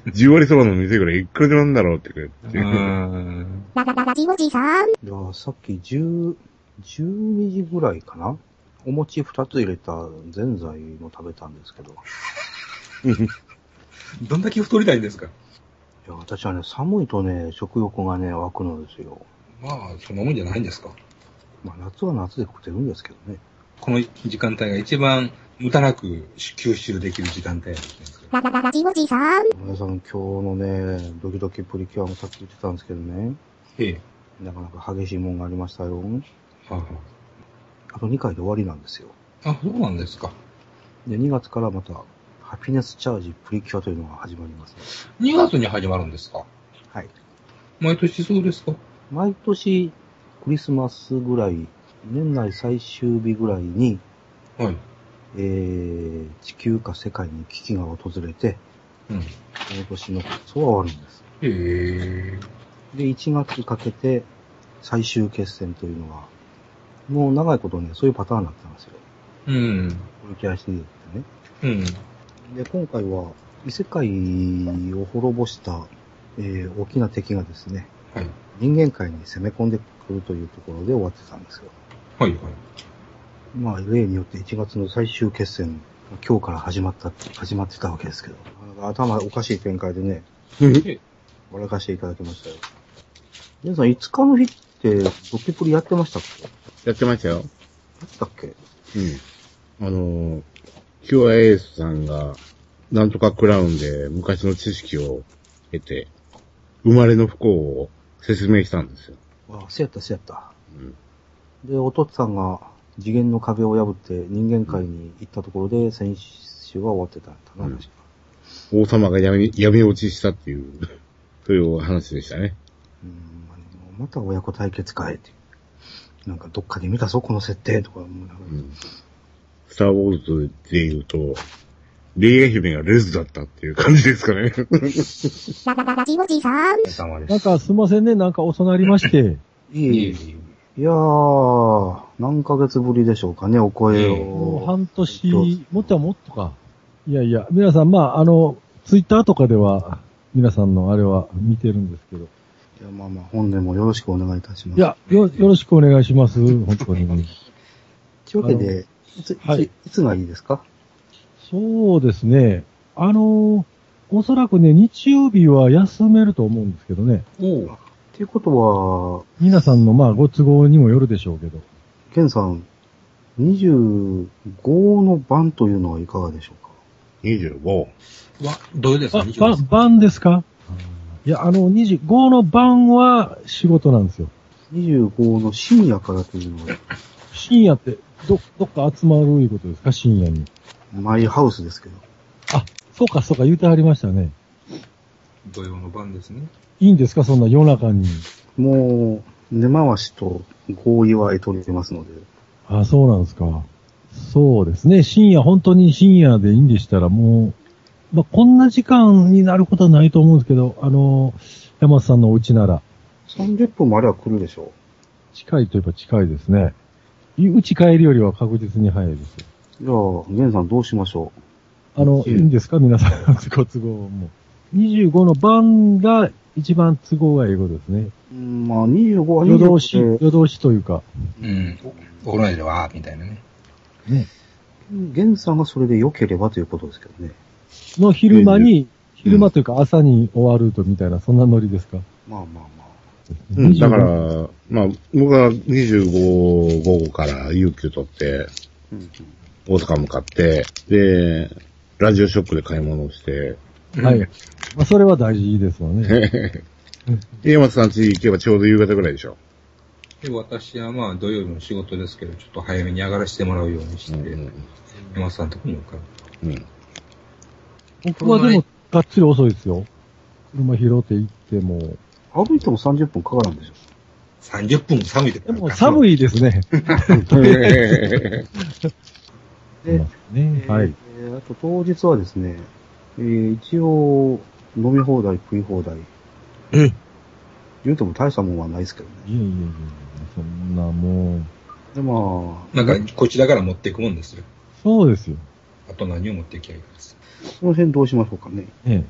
[SPEAKER 4] 10割そばの店ぐらいいくらでもあるんだろうってくれ
[SPEAKER 3] う
[SPEAKER 4] て。
[SPEAKER 3] ーん。
[SPEAKER 1] ララララジオジさん。
[SPEAKER 2] じゃあ、さっき10、12時ぐらいかなお餅2つ入れたぜんざいも食べたんですけど。い
[SPEAKER 3] どんだけ太りたいんですか
[SPEAKER 2] や、私はね、寒いとね、食欲がね、湧くのですよ。
[SPEAKER 3] まあ、そんなもんじゃないんですか
[SPEAKER 2] まあ、夏は夏で食ってるんですけどね。
[SPEAKER 3] この時間帯が一番無駄なく吸収できる時間帯なんですけど。
[SPEAKER 1] ララララジオジさん。
[SPEAKER 2] 皆さん今日のね、ドキドキプリキュアもさっき言ってたんですけどね、
[SPEAKER 3] ええ。
[SPEAKER 2] なかなか激しいもんがありましたよ。
[SPEAKER 3] は
[SPEAKER 2] あと2回で終わりなんですよ。
[SPEAKER 3] あ、あ、そうなんですか。
[SPEAKER 2] で、2月からまた、ハピネスチャージプリキュアというのが始まります。
[SPEAKER 3] 2月に始まるんですか
[SPEAKER 2] はい。
[SPEAKER 3] 毎年そうですか
[SPEAKER 2] 毎年、クリスマスぐらい、年内最終日ぐらいに、
[SPEAKER 3] はい。
[SPEAKER 2] ええー、地球か世界に危機が訪れて、
[SPEAKER 3] うん。
[SPEAKER 2] その年の活動は終わるんです。
[SPEAKER 3] ええ
[SPEAKER 2] で、1月かけて最終決戦というのは、もう長いことね、そういうパターンだったんですよ。
[SPEAKER 3] うん。
[SPEAKER 2] オリキュアシリーズってね。
[SPEAKER 3] うん。
[SPEAKER 2] で、今回は、異世界を滅ぼした、えー大きな敵がですね、
[SPEAKER 3] はい。
[SPEAKER 2] 人間界に攻め込んでくるというところで終わってたんですよ。
[SPEAKER 3] はい、はい。
[SPEAKER 2] まあ、例によって1月の最終決戦が今日から始まった、始まってたわけですけど、なかなか頭おかしい展開でね、笑かしていただきましたよ。皆さん、5日の日って、ドキプリやってましたっけや
[SPEAKER 4] やってましたよ。
[SPEAKER 2] ったっけ
[SPEAKER 4] うん。あのー、キュアエースさんが、なんとかクラウンで昔の知識を得て、生まれの不幸を説明したんですよ。
[SPEAKER 2] ああ、せやったせやった。
[SPEAKER 4] うん。
[SPEAKER 2] で、お父さんが次元の壁を破って人間界に行ったところで、先週は終わってたんだな、
[SPEAKER 4] うん
[SPEAKER 2] 確か
[SPEAKER 4] 王様が闇、闇落ちしたっていう、 そういうお話でしたね。
[SPEAKER 2] うん、まあでもまた親子対決かいって。なんかどっかで見たぞ、この設定とか思いながら。
[SPEAKER 4] うんスターウォーズで言うと、レイヤ姫がレズだったっていう感じですかね。
[SPEAKER 1] ララララジオジさん
[SPEAKER 3] お疲れ様です。
[SPEAKER 6] なんかすいませんね、なんか遅なりま して。
[SPEAKER 2] い
[SPEAKER 3] い
[SPEAKER 2] い
[SPEAKER 3] えいえ
[SPEAKER 2] い
[SPEAKER 3] いえ
[SPEAKER 2] やー、何ヶ月ぶりでしょうかね、お声
[SPEAKER 3] ええ
[SPEAKER 6] もう
[SPEAKER 2] を。
[SPEAKER 6] 半年、もっとはもっとか。いやいや、皆さん、まあ、あの、ツイッターとかでは、皆さんのあれは見てるんですけど。
[SPEAKER 2] いや、まあまあ、本年もよろしくお願いいたします。
[SPEAKER 6] い、や、よ、よろしくお願いします、本当に。
[SPEAKER 2] というわけで、いつ、い
[SPEAKER 6] はい
[SPEAKER 2] つ、いつがいいですか
[SPEAKER 6] そうですね。あの、おそらくね、日曜日は休めると思うんですけどね。
[SPEAKER 3] おう
[SPEAKER 2] っていうことは、
[SPEAKER 6] 皆さんの、まあ、ご都合にもよるでしょうけど。
[SPEAKER 2] ケンさん、25の番というのはいかがでしょうか
[SPEAKER 4] 25。
[SPEAKER 3] わ、どうですか
[SPEAKER 6] あ、ば、晩ですかいや、あの、25の晩は仕事なんですよ。
[SPEAKER 2] 25の深夜からというのは、
[SPEAKER 6] 深夜って、ど、どっか集まるいうことですか深夜に。
[SPEAKER 2] マイハウスですけど。
[SPEAKER 6] あ、そうかそうか言うてはりましたね。
[SPEAKER 3] 土曜の晩ですね。
[SPEAKER 6] いいんですかそんな夜中に。
[SPEAKER 2] もう、根回しと合意は得とりますので、
[SPEAKER 6] あ、そうなんですか。そうですね。深夜、本当に深夜でいいんでしたらもう、まあ、こんな時間になることはないと思うんですけど、あの、山田さんのお家なら、
[SPEAKER 2] 30分もあれば来るでしょ
[SPEAKER 6] 近いといえば近いですね。いうち帰るよりは確実に早いです。
[SPEAKER 2] う。じゃあ、ゲンさんどうしましょ
[SPEAKER 6] あの、
[SPEAKER 2] う
[SPEAKER 6] い
[SPEAKER 2] ん
[SPEAKER 6] いんですか皆さんのご都合も。25の晩が一番都合がいいことですね。
[SPEAKER 2] ううん、まあ、25は
[SPEAKER 6] 夜通し、
[SPEAKER 2] 25で、
[SPEAKER 6] 夜通しというか。
[SPEAKER 3] うん。おお風呂では、みたいなね。
[SPEAKER 2] ゲンさんがそれで良ければということですけどね。
[SPEAKER 6] の昼間に、昼間というか朝に終わるとみたいな、そんなノリですか、
[SPEAKER 2] まあまあまあ。
[SPEAKER 4] うん、
[SPEAKER 6] 25
[SPEAKER 4] だから、まあ、僕は25午後から有給取って、
[SPEAKER 2] うんうん、
[SPEAKER 4] 大阪向かって、で、ラジオショップで買い物をして、
[SPEAKER 6] はい。まあ、それは大事ですわね。
[SPEAKER 4] で、山田さん家行けばちょうど夕方ぐらいでしょ。
[SPEAKER 3] で、私はまあ土曜日の仕事ですけど、ちょっと早めに上がらせてもらうようにし
[SPEAKER 4] う
[SPEAKER 3] て、
[SPEAKER 4] んうん
[SPEAKER 3] 山田さんのとこに向かう。
[SPEAKER 4] うん。
[SPEAKER 6] 僕はでも、がっつり遅いですよ。車拾って行っても。
[SPEAKER 2] 歩いても30分かからんでしょ。
[SPEAKER 3] 30分も寒いで
[SPEAKER 6] でも、寒
[SPEAKER 3] い。
[SPEAKER 6] いですね。
[SPEAKER 2] で、
[SPEAKER 6] ね
[SPEAKER 2] えー
[SPEAKER 6] はい。
[SPEAKER 2] えーあと当日はですね、えー一応、飲み放題、食い放題。
[SPEAKER 3] うん
[SPEAKER 2] 言うても大したもんはないですけどね。
[SPEAKER 6] いやいやいやいや、そんなもう、
[SPEAKER 2] で、まあ、
[SPEAKER 3] なんか、こちらから持っていくもんですよ。
[SPEAKER 6] そうですよ。
[SPEAKER 3] あと何を持っていきゃいいかです。
[SPEAKER 2] その辺どうしましょうかね。
[SPEAKER 6] ねえ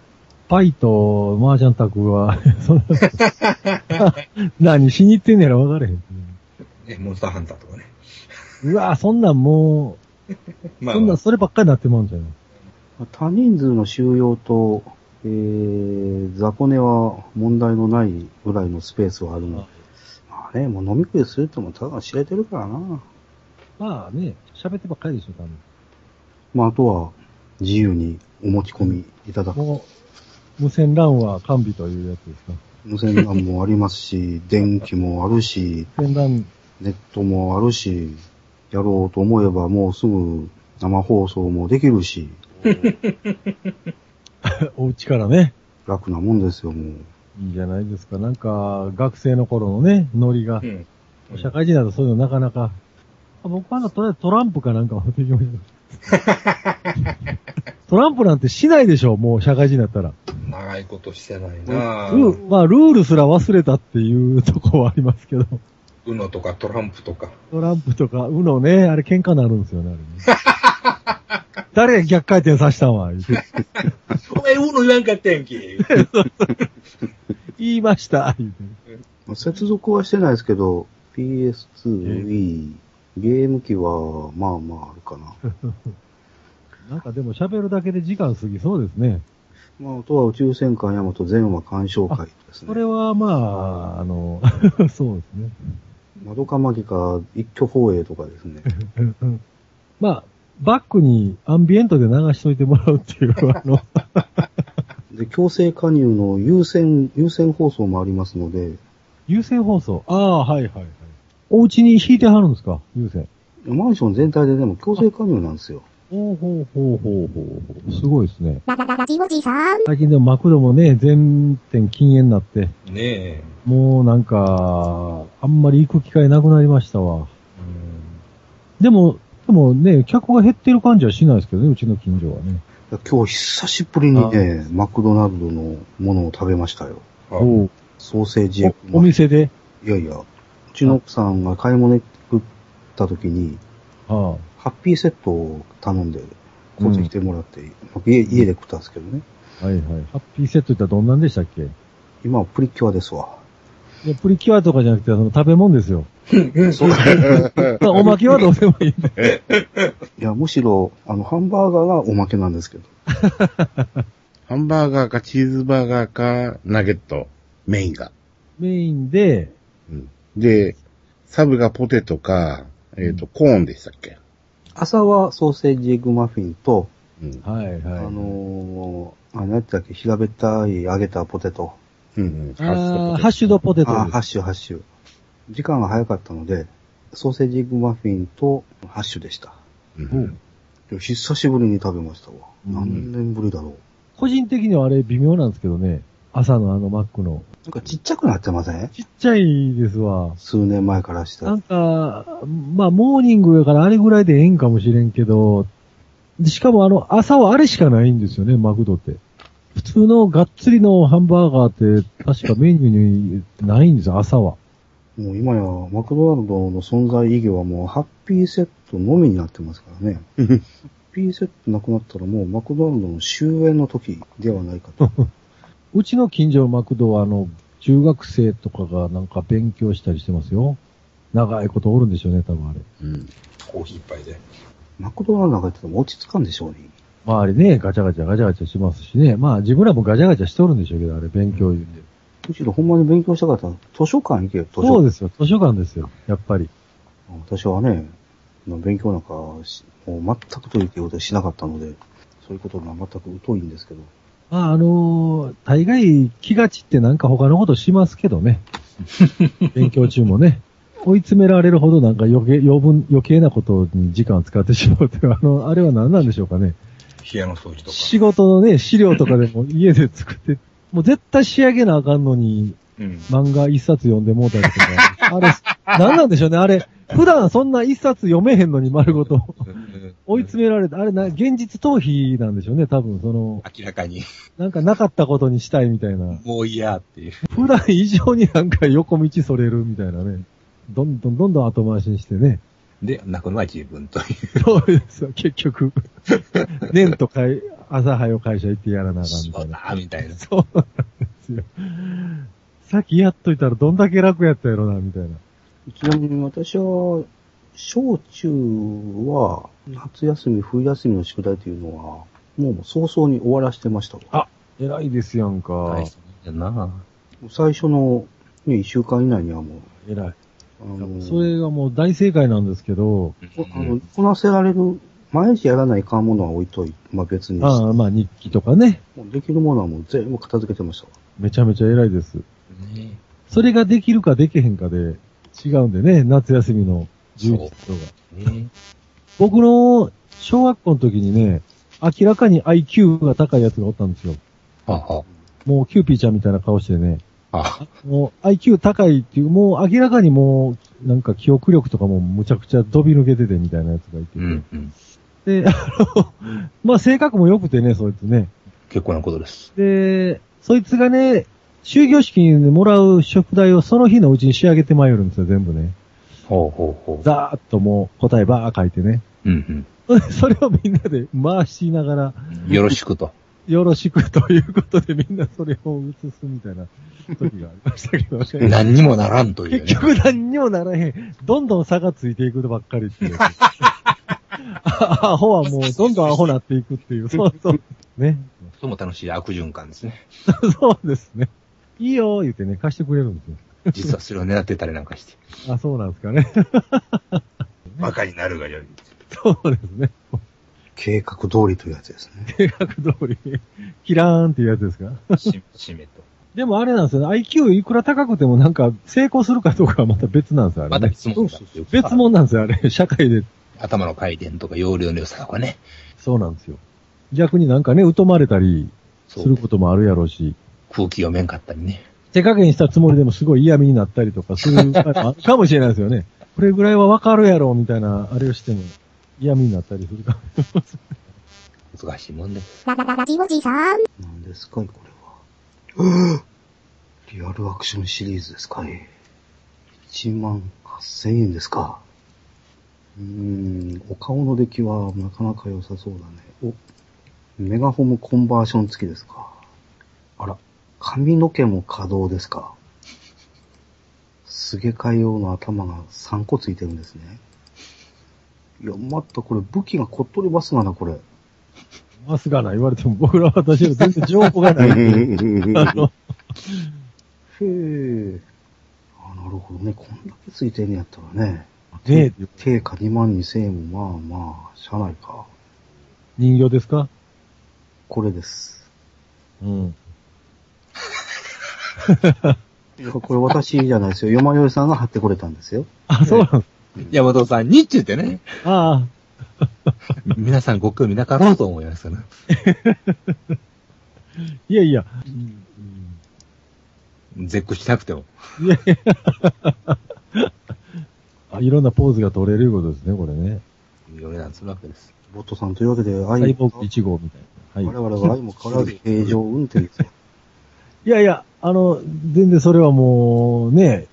[SPEAKER 6] パイと麻雀卓は、 そんな、何しに行ってんねやら分かれへん。
[SPEAKER 3] ね、モンスターハンターとかね。
[SPEAKER 6] うわぁ、そんなんもう、
[SPEAKER 3] まあ、
[SPEAKER 6] そんなんそればっかりなってまうんじゃない
[SPEAKER 2] まあ多人数の収容と、えー、雑魚寝は問題のないぐらいのスペースはあるので。まあね、もう飲み食いするってもただ知れてるからな。
[SPEAKER 6] まあね、喋ってばっかりでしょ、多分。
[SPEAKER 2] まああとは、自由にお持ち込みいただく。
[SPEAKER 6] もう、無線 LAN は完備というやつですか。
[SPEAKER 2] 無線 LAN もありますし、 電気もあるし、
[SPEAKER 6] 無線 LAN、
[SPEAKER 2] ネットもあるし、やろうと思えばもうすぐ生放送もできるし、
[SPEAKER 6] お家からね、
[SPEAKER 2] 楽なもんですよ、もう。
[SPEAKER 6] いいじゃないですか。なんか、学生の頃のね、ノリが
[SPEAKER 3] う。ん。
[SPEAKER 6] 社会人だとそういうのなかなか。僕はとりあえずトランプかなんか持ってきま した。トランプなんてしないでしょ、もう社会人だったら。
[SPEAKER 3] 長いことしてないな
[SPEAKER 6] ル
[SPEAKER 3] ぁ。
[SPEAKER 6] ーまあ、ルールすら忘れたっていうとこはありますけど。
[SPEAKER 3] うのとかトランプとか。
[SPEAKER 6] トランプとか、うのね、あれ喧嘩になるんですよね、あれ ね。誰が逆回転させたんわ、言って
[SPEAKER 3] お前、うの言わんかったやんけ。
[SPEAKER 6] 言いました、言うて
[SPEAKER 2] まあ接続はしてないですけど、PS2、Wii、ゲーム機は、まあまああるかな。
[SPEAKER 6] なんかでも喋るだけで時間過ぎそうですね。
[SPEAKER 2] まあ、あとは宇宙戦艦ヤマト全話鑑賞会です
[SPEAKER 6] それ
[SPEAKER 2] ね。
[SPEAKER 6] はまあ、あの、 そうですね。
[SPEAKER 2] 窓かまぎか一挙放映とかですね。
[SPEAKER 6] まあ、バックにアンビエントで流しといてもらうって いう、あの、
[SPEAKER 2] で、強制加入の優先、優先放送もありますので、
[SPEAKER 6] 優先放送。ああ、はいはいはい。お家に引いてはるんですか優先。
[SPEAKER 2] マンション全体ででも強制加入なんですよ。
[SPEAKER 6] ほうほうほうほうほうほう。すごいですね。
[SPEAKER 1] ララララジオジさん。
[SPEAKER 6] 最近でもマクドもね、全店禁煙になって、
[SPEAKER 3] ねえ。
[SPEAKER 6] もうなんか、あんまり行く機会なくなりましたわ。
[SPEAKER 3] うん
[SPEAKER 6] でも、でもね、客が減ってる感じはしないですけどね、うちの近所はね。
[SPEAKER 2] 今日久しぶりにね、マクドナルドのものを食べましたよ。
[SPEAKER 3] あ
[SPEAKER 6] お
[SPEAKER 2] ソーセージエッグ
[SPEAKER 6] お店で、
[SPEAKER 2] いやいや、うちの奥さんが買い物に行った時に、
[SPEAKER 6] は
[SPEAKER 2] ハッピーセットを頼んで、買ってきてもらって、家家で食ったんですけどね。
[SPEAKER 6] あ、はいはい。ハッピーセットってどんなんでしたっけい
[SPEAKER 2] 今はプリキュアですわ。
[SPEAKER 6] や、プリキュアとかじゃなくて、その食べ物ですよ。
[SPEAKER 2] そう
[SPEAKER 6] まあおまけはどうでもいいんで。
[SPEAKER 2] いや、むしろ、あの、ハンバーガーがおまけなんですけど。
[SPEAKER 4] ハンバーガーかチーズバーガーかナゲット、メインが。
[SPEAKER 6] メインで、
[SPEAKER 4] うんで、サブがポテトか、えっ、と、コーンでしたっけ
[SPEAKER 2] 朝はソーセージエッグマフィンと、
[SPEAKER 4] うん。
[SPEAKER 6] はいはい。
[SPEAKER 2] あのー、あの、何やったっけ、平べったい揚げたポテト。
[SPEAKER 4] うんうん。
[SPEAKER 6] あーハッシュドポテト
[SPEAKER 2] あー
[SPEAKER 6] で
[SPEAKER 2] ハッ
[SPEAKER 6] す。
[SPEAKER 2] シュハッシュ。時間が早かったので、ソーセージエッグマフィンとハッシュでした。
[SPEAKER 4] ュ
[SPEAKER 6] う
[SPEAKER 4] うんん。
[SPEAKER 2] いや久しぶりに食べましたわ。
[SPEAKER 6] うん
[SPEAKER 2] 何年ぶりだろう。
[SPEAKER 6] 個人的にはあれ微妙なんですけどね。朝のあのマックの。
[SPEAKER 2] なんかちっちゃくなってません
[SPEAKER 6] ちっちゃいですわ。
[SPEAKER 2] 数年前からした
[SPEAKER 6] な
[SPEAKER 2] ら。
[SPEAKER 6] んか、まあ、モーニングやからあれぐらいでええんかもしれんけど、しかもあの、朝はあれしかないんですよね、マクドって。普通のがっつりのハンバーガーって、確かメニューにないんですよ、朝は。
[SPEAKER 2] もう今やマクドナルドの存在意義はもうハッピーセットのみになってますからね。ハッピーセットなくなったらもうマクドナルドの終焉の時ではないかと。
[SPEAKER 6] うちの近所のマクドは、あの、中学生とかがなんか勉強したりしてますよ。長いことおるんでしょうね、多分あれ。
[SPEAKER 4] うん。
[SPEAKER 3] コーヒー一杯で。
[SPEAKER 2] マクドナルドなんか言ってても落ち着かんでしょうね。
[SPEAKER 6] 周りね、ガチャガチャガチャガチャしますしね。まあ、自分らもガチャガチャしとるんでしょうけど、あれ、勉強で。
[SPEAKER 2] むしろほんまに勉強したかったら図書館行けよ、図書
[SPEAKER 6] そう
[SPEAKER 2] 館。
[SPEAKER 6] ですよ、図書館ですよ、やっぱり。
[SPEAKER 2] 私はね、勉強なんかしもう全くと言っていいことしなかったので、そういうことが全く疎いんですけど。
[SPEAKER 6] まあ、あのー大概気がちってなんか他のことしますけどね。勉強中もね。追い詰められるほどなんか余計、余分、余計なことに時間を使ってしまうという、あの、あれは何なんでしょうかね。
[SPEAKER 3] 部屋の掃除とか。
[SPEAKER 6] 仕事のね、資料とかでも家で作って、もう絶対仕上げなあかんのに、
[SPEAKER 3] うん。
[SPEAKER 6] 漫画一冊読んでもうたりとか。あれ、何なんでしょうね、あれ。普段そんな一冊読めへんのに丸ごと追い詰められて、あれな、現実逃避なんでしょうね、多分、その、
[SPEAKER 3] 明らかに、
[SPEAKER 6] なんかなかったことにしたいみたいな。
[SPEAKER 3] もう嫌っていう。
[SPEAKER 6] 普段以上になんか横道それるみたいなね。どんどんどんどん後回しにしてね。
[SPEAKER 3] で、泣くのは自分という。
[SPEAKER 6] そうですよ、結局。年とかい、朝早う会社行ってやらなあかんみた
[SPEAKER 3] そ
[SPEAKER 6] いうな。
[SPEAKER 3] だ、みたいな。
[SPEAKER 6] そうなんですよ。さっきやっといたらどんだけ楽やったやろな、みたいな。
[SPEAKER 2] ちなみに私は、小中は、夏休み、冬休みの宿題というのは、もう早々に終わらしてましたわ。
[SPEAKER 6] 偉いですやんか。
[SPEAKER 3] 大したもんじゃな
[SPEAKER 2] 最初の、ね、一週間以内にはもう、
[SPEAKER 6] 偉い。
[SPEAKER 2] あの、
[SPEAKER 6] それがもう大正解なんですけど、
[SPEAKER 2] こあのこなせられる、毎日やらないかんものは置いといて、まあ別にして
[SPEAKER 6] ああ、まあ日記とかね、
[SPEAKER 2] もうできるものはもう全部片付けてましたわ。
[SPEAKER 6] めちゃめちゃ偉いです。
[SPEAKER 3] ね
[SPEAKER 6] それができるかできへんかで違うんでね、夏休みの充実とか。
[SPEAKER 3] ね
[SPEAKER 6] 僕の小学校の時にね、明らかに IQ が高いやつがおったんですよ。
[SPEAKER 3] はは
[SPEAKER 6] もうキューピーちゃんみたいな顔してね。
[SPEAKER 4] あ、
[SPEAKER 6] もう IQ 高いっていう、もう明らかにもう、なんか記憶力とかもむちゃくちゃ飛び抜けててみたいなやつがいて。
[SPEAKER 3] うん、うん。
[SPEAKER 6] で、あの、 まあ性格も良くてね、そいつね。
[SPEAKER 3] 結構なことです。
[SPEAKER 6] で、そいつがね、終業式にもらう食材をその日のうちに仕上げてまいるんですよ、全部ね。
[SPEAKER 3] ほうほうほう。
[SPEAKER 6] ざーっともう答えばー書いてね。
[SPEAKER 3] うん、
[SPEAKER 6] それをみんなで回しながら、
[SPEAKER 3] うん。よろしくと。
[SPEAKER 6] よろしくということでみんなそれを移すみたいな時がありましたけどね。
[SPEAKER 3] 何に もならんという、
[SPEAKER 6] 結
[SPEAKER 3] ね。
[SPEAKER 6] 局何にもならへん。どんどん差がついていくばっかりっていう。あアホはもうどんどんアホなっていくっ ていう。そうそう。ね。
[SPEAKER 3] とも楽しい悪循環ですね。
[SPEAKER 6] そうですね。いいよー言ってね、貸してくれるんですよ。
[SPEAKER 3] 実はそれを狙ってたりなんかして。
[SPEAKER 6] あ、そうなんですかね。
[SPEAKER 3] バカになるがより。
[SPEAKER 6] そうですね。
[SPEAKER 2] 計画通りというやつですね。
[SPEAKER 6] 計画通り、キラーンっていうやつですか。
[SPEAKER 3] し、しめと。
[SPEAKER 6] でもあれなんですよね。IQ いくら高くてもなんか成功するかどうかはまた別なんですよ、あれ、ね。
[SPEAKER 3] また別物だっていうか
[SPEAKER 6] 別物なんですよ、あれ。社会で。
[SPEAKER 3] 頭の回転とか容量の良さとかね。
[SPEAKER 6] そうなんですよ。逆になんかね、疎まれたりす
[SPEAKER 3] そう
[SPEAKER 6] る。こともあるやろうし、
[SPEAKER 3] 空気読めんかったりね。
[SPEAKER 6] 手加減したつもりでもすごい嫌味になったりとかするあかもしれないですよね。 これぐらいはわかるやろ、みたいな、あれをしても嫌味になったりするか。
[SPEAKER 3] 難しいもんで。
[SPEAKER 1] ララララジオジさん。
[SPEAKER 2] 何ですかね、これは。 リアルアクションシリーズですかね。1万8000円ですか。うーん、お顔の出来はなかなか良さそうだね。お、メガホームコンバーション付きですか。あら、髪の毛も可動ですか。すげ替え用の頭が3個ついてるんですね。いや、待った、これ武器がこっとりバスがな、これ。
[SPEAKER 6] ますがな、言われても僕らは私は全然情報 がない。あの、
[SPEAKER 2] へえ。あ、なるほどね。こんだけついてんねやったらね。
[SPEAKER 6] ねえ
[SPEAKER 2] 定価2万2千円もまあまあ、社内か。
[SPEAKER 6] 人形ですか
[SPEAKER 2] これです。
[SPEAKER 6] うん。
[SPEAKER 2] いやこれ私じゃないですよ。よまよいさんが貼ってくれたんですよ。
[SPEAKER 6] あ、そうなんです。
[SPEAKER 3] 山本さんにって言ってね。
[SPEAKER 6] ああ、
[SPEAKER 3] 皆さんご興味なかろうと思いますから。
[SPEAKER 6] いやいや、
[SPEAKER 3] 絶句しなくても。
[SPEAKER 6] あいろんなポーズが取れるいうことですね、これね。
[SPEAKER 3] お値段するわけです。
[SPEAKER 2] ボットさんというわけで、愛
[SPEAKER 6] サイボ
[SPEAKER 2] も
[SPEAKER 6] ーグ1号みたいな。はい
[SPEAKER 2] 我。々は愛も変わらず平常運転ですよ。
[SPEAKER 6] いやいや、あの、全然それはもう、ね、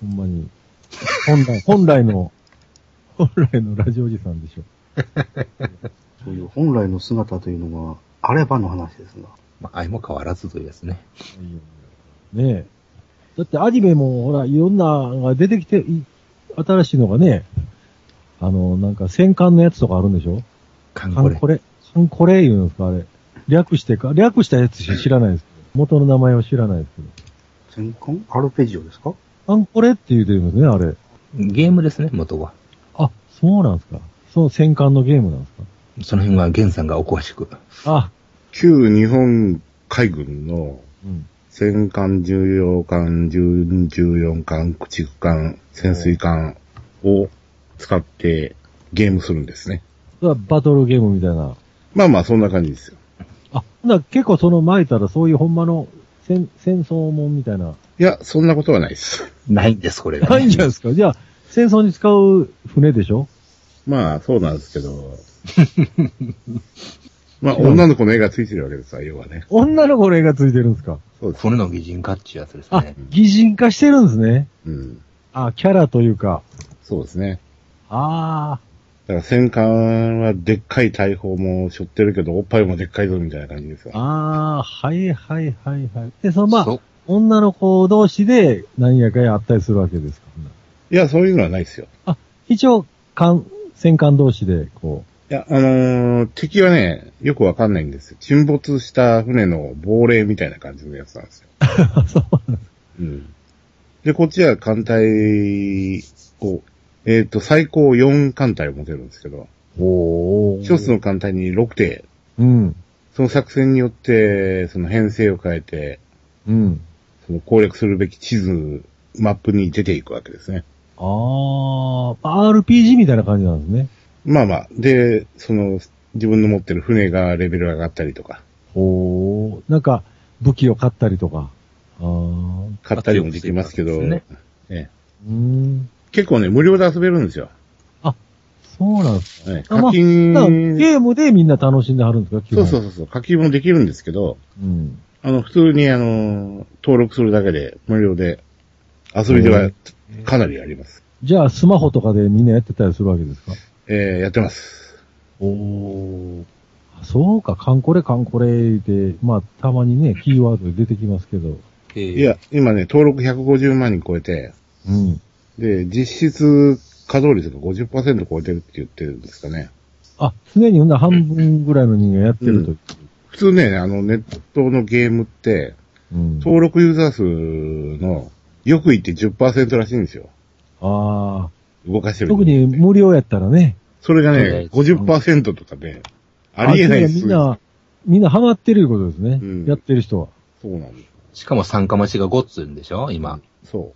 [SPEAKER 6] ほんまに、本来、本来の、 本来のラジオおじさんでしょ。
[SPEAKER 2] そういう本来の姿というのがあればの話ですが。
[SPEAKER 3] まあ、愛も変わらずというやつね。
[SPEAKER 6] ねえ。だってアニメも、ほら、いろんなのが出てきて、い新しいのがね、あの、なんか戦艦のやつとかあるんでしょ
[SPEAKER 3] かん
[SPEAKER 6] カ
[SPEAKER 3] こ
[SPEAKER 6] ン
[SPEAKER 3] れ
[SPEAKER 6] コ。レ。カンコレ言うんですか、あれ。略してか、略したやつし知らないですけど。元の名前を知らないですけど。
[SPEAKER 2] 全巻アルペジオですか
[SPEAKER 6] カンコレって言うてるんですね、あれ。
[SPEAKER 3] ゲームですね、元は。
[SPEAKER 6] あ、そうなんですか。その戦艦のゲームなんです
[SPEAKER 3] その辺はゲンさんがお詳しく。
[SPEAKER 6] か。あ、
[SPEAKER 4] 旧日本海軍の
[SPEAKER 6] うん。
[SPEAKER 4] 戦艦、重要艦、重14艦、駆逐艦、潜水艦を使ってゲームするんですね。
[SPEAKER 6] それはバトルゲームみたいな。
[SPEAKER 4] まあまあ、そんな感じですよ。
[SPEAKER 6] あ、ほんなら結構その巻いたらそういうほんまの戦、戦争もんみたいな。
[SPEAKER 4] いや、そんなことはないです。
[SPEAKER 3] ないんです、これが、ね。
[SPEAKER 6] ないんじゃないです か。じゃあ、戦争に使う船でしょ
[SPEAKER 4] まあ、そうなんですけ ど。まあ、女の子の絵がついてるわけですわ、要はね。
[SPEAKER 6] 女の子の絵がついてるんですか
[SPEAKER 4] そうです。
[SPEAKER 3] 骨の擬人化っていうやつです
[SPEAKER 6] あ
[SPEAKER 3] ね。、
[SPEAKER 6] 擬人化してるんですね。
[SPEAKER 4] うん。
[SPEAKER 6] あ、キャラというか。
[SPEAKER 4] そうですね。
[SPEAKER 6] あ
[SPEAKER 4] だから戦艦はでっかい大砲も背負ってるけど、おっぱいもでっかいぞみたいな感じです
[SPEAKER 6] あ、
[SPEAKER 4] よ。
[SPEAKER 6] ああ、はいはいはいはい。で、そのまあ、
[SPEAKER 3] そ
[SPEAKER 6] 女の子同士で何やかやあったりするわけですか。
[SPEAKER 4] いや、そういうのはないですよ。
[SPEAKER 6] 一応、艦、戦艦同士で、こ
[SPEAKER 4] いや、あのー敵はね、よくわかんないんですよ。沈没した船の亡霊みたいな感じのやつなんですよ。
[SPEAKER 6] う。 そう
[SPEAKER 4] うん。で、こっちは艦隊を、えっ、と、最高4艦隊を持てるんですけど、
[SPEAKER 6] お
[SPEAKER 4] 一つの艦隊に6艇、
[SPEAKER 6] うん。
[SPEAKER 4] その作戦によって、その編成を変えて、
[SPEAKER 6] うん。
[SPEAKER 4] その攻略するべき地図、マップに出ていくわけですね。
[SPEAKER 6] ああ、RPG みたいな感じなんですね。
[SPEAKER 4] まあまあ、で、その、自分の持ってる船がレベル上がったりとか、
[SPEAKER 6] おお。なんか、武器を買ったりとか。ああ。う
[SPEAKER 4] 買ったりもできますけど、
[SPEAKER 3] 活用して
[SPEAKER 4] ええ
[SPEAKER 6] ーん。
[SPEAKER 4] 結構ね、無料で遊べるんですよ。
[SPEAKER 6] そうなんです。
[SPEAKER 4] ええ
[SPEAKER 6] あま
[SPEAKER 4] 課
[SPEAKER 6] あ
[SPEAKER 4] 金、
[SPEAKER 6] だからゲームでみんな楽しんではるんですか基
[SPEAKER 4] そう
[SPEAKER 6] 本
[SPEAKER 4] そうそうそう、課金もできるんですけど、
[SPEAKER 6] うん。
[SPEAKER 4] あの、普通にあの、登録するだけで無料で遊びではかなりあります。
[SPEAKER 6] じゃあ、スマホとかでみんなやってたりするわけですか
[SPEAKER 4] えー、やってます。
[SPEAKER 6] おお。そうか、カンコレカンコレで、まあ、たまにね、キーワードで出てきますけど。
[SPEAKER 3] えー
[SPEAKER 4] いや、今ね、登録150万人超えて、
[SPEAKER 6] うん。
[SPEAKER 4] で、実質稼働率が50%超えてるって言ってるんですかね。
[SPEAKER 6] あ、常にほんなら半分ぐらいの人間やってると。
[SPEAKER 4] 普通ね、あの、ネットのゲームって、
[SPEAKER 6] うん。
[SPEAKER 4] 登録ユーザー数の、よく言って10%らしいんですよ。
[SPEAKER 6] ああ。
[SPEAKER 4] 動かしてる人
[SPEAKER 6] 特
[SPEAKER 4] って。
[SPEAKER 6] に無料やったらね。
[SPEAKER 4] それが
[SPEAKER 3] ね
[SPEAKER 4] ね、50%とかね、ありえない
[SPEAKER 6] あ
[SPEAKER 4] で
[SPEAKER 6] じゃあ
[SPEAKER 4] す。
[SPEAKER 6] みんな、みんなハマってるいうことですね。
[SPEAKER 4] うん
[SPEAKER 6] やってる人は。
[SPEAKER 4] そうなんです。
[SPEAKER 3] しかも参加待ちがごっつんでしょ今。
[SPEAKER 4] そ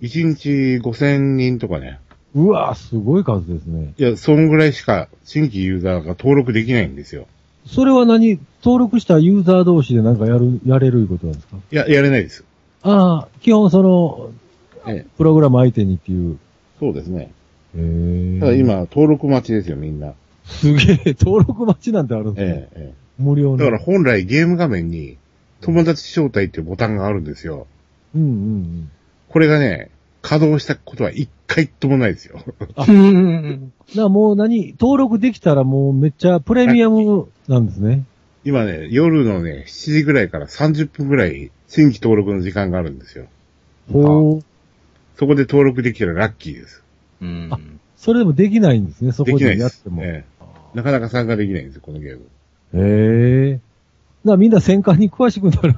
[SPEAKER 4] う。1日5000人とかね。
[SPEAKER 6] うわぁ、すごい数ですね。
[SPEAKER 4] いや、そんぐらいしか新規ユーザーが登録できないんですよ。
[SPEAKER 6] それは何登録したユーザー同士でなんかやる、やれるいうことなんですか
[SPEAKER 4] いや、やれないです。
[SPEAKER 6] ああ、基本その、
[SPEAKER 4] ええ、
[SPEAKER 6] プログラム相手にっていう。
[SPEAKER 4] そうですね。
[SPEAKER 6] へえ
[SPEAKER 4] ただ。今、登録待ちですよ、みんな。
[SPEAKER 6] すげえ、登録待ちなんてあるんですね。
[SPEAKER 4] ええ、え
[SPEAKER 6] 無料
[SPEAKER 4] え。
[SPEAKER 6] の。
[SPEAKER 4] だから本来ゲーム画面に、友達招待っていうボタンがあるんですよ。
[SPEAKER 6] うんうん
[SPEAKER 4] これがね、稼働したことは一回ともないですよ。
[SPEAKER 3] うん。
[SPEAKER 6] うん。な、もう何、登録できたらもうめっちゃプレミアムなんですね。
[SPEAKER 4] 今ね、夜のね、7時ぐらいから30分ぐらい、新規登録の時間があるんですよ。
[SPEAKER 6] ほう。
[SPEAKER 4] そこで登録できたらラッキーです。
[SPEAKER 3] うん。
[SPEAKER 6] それでもできないんですね、そ
[SPEAKER 4] で
[SPEAKER 6] こ
[SPEAKER 4] きない
[SPEAKER 6] で
[SPEAKER 4] で
[SPEAKER 6] やっ
[SPEAKER 4] す
[SPEAKER 6] て。も。
[SPEAKER 4] ええなかなか参加できないんですよ、このゲーム。
[SPEAKER 6] へえ。な、みんな戦艦に詳しくなる。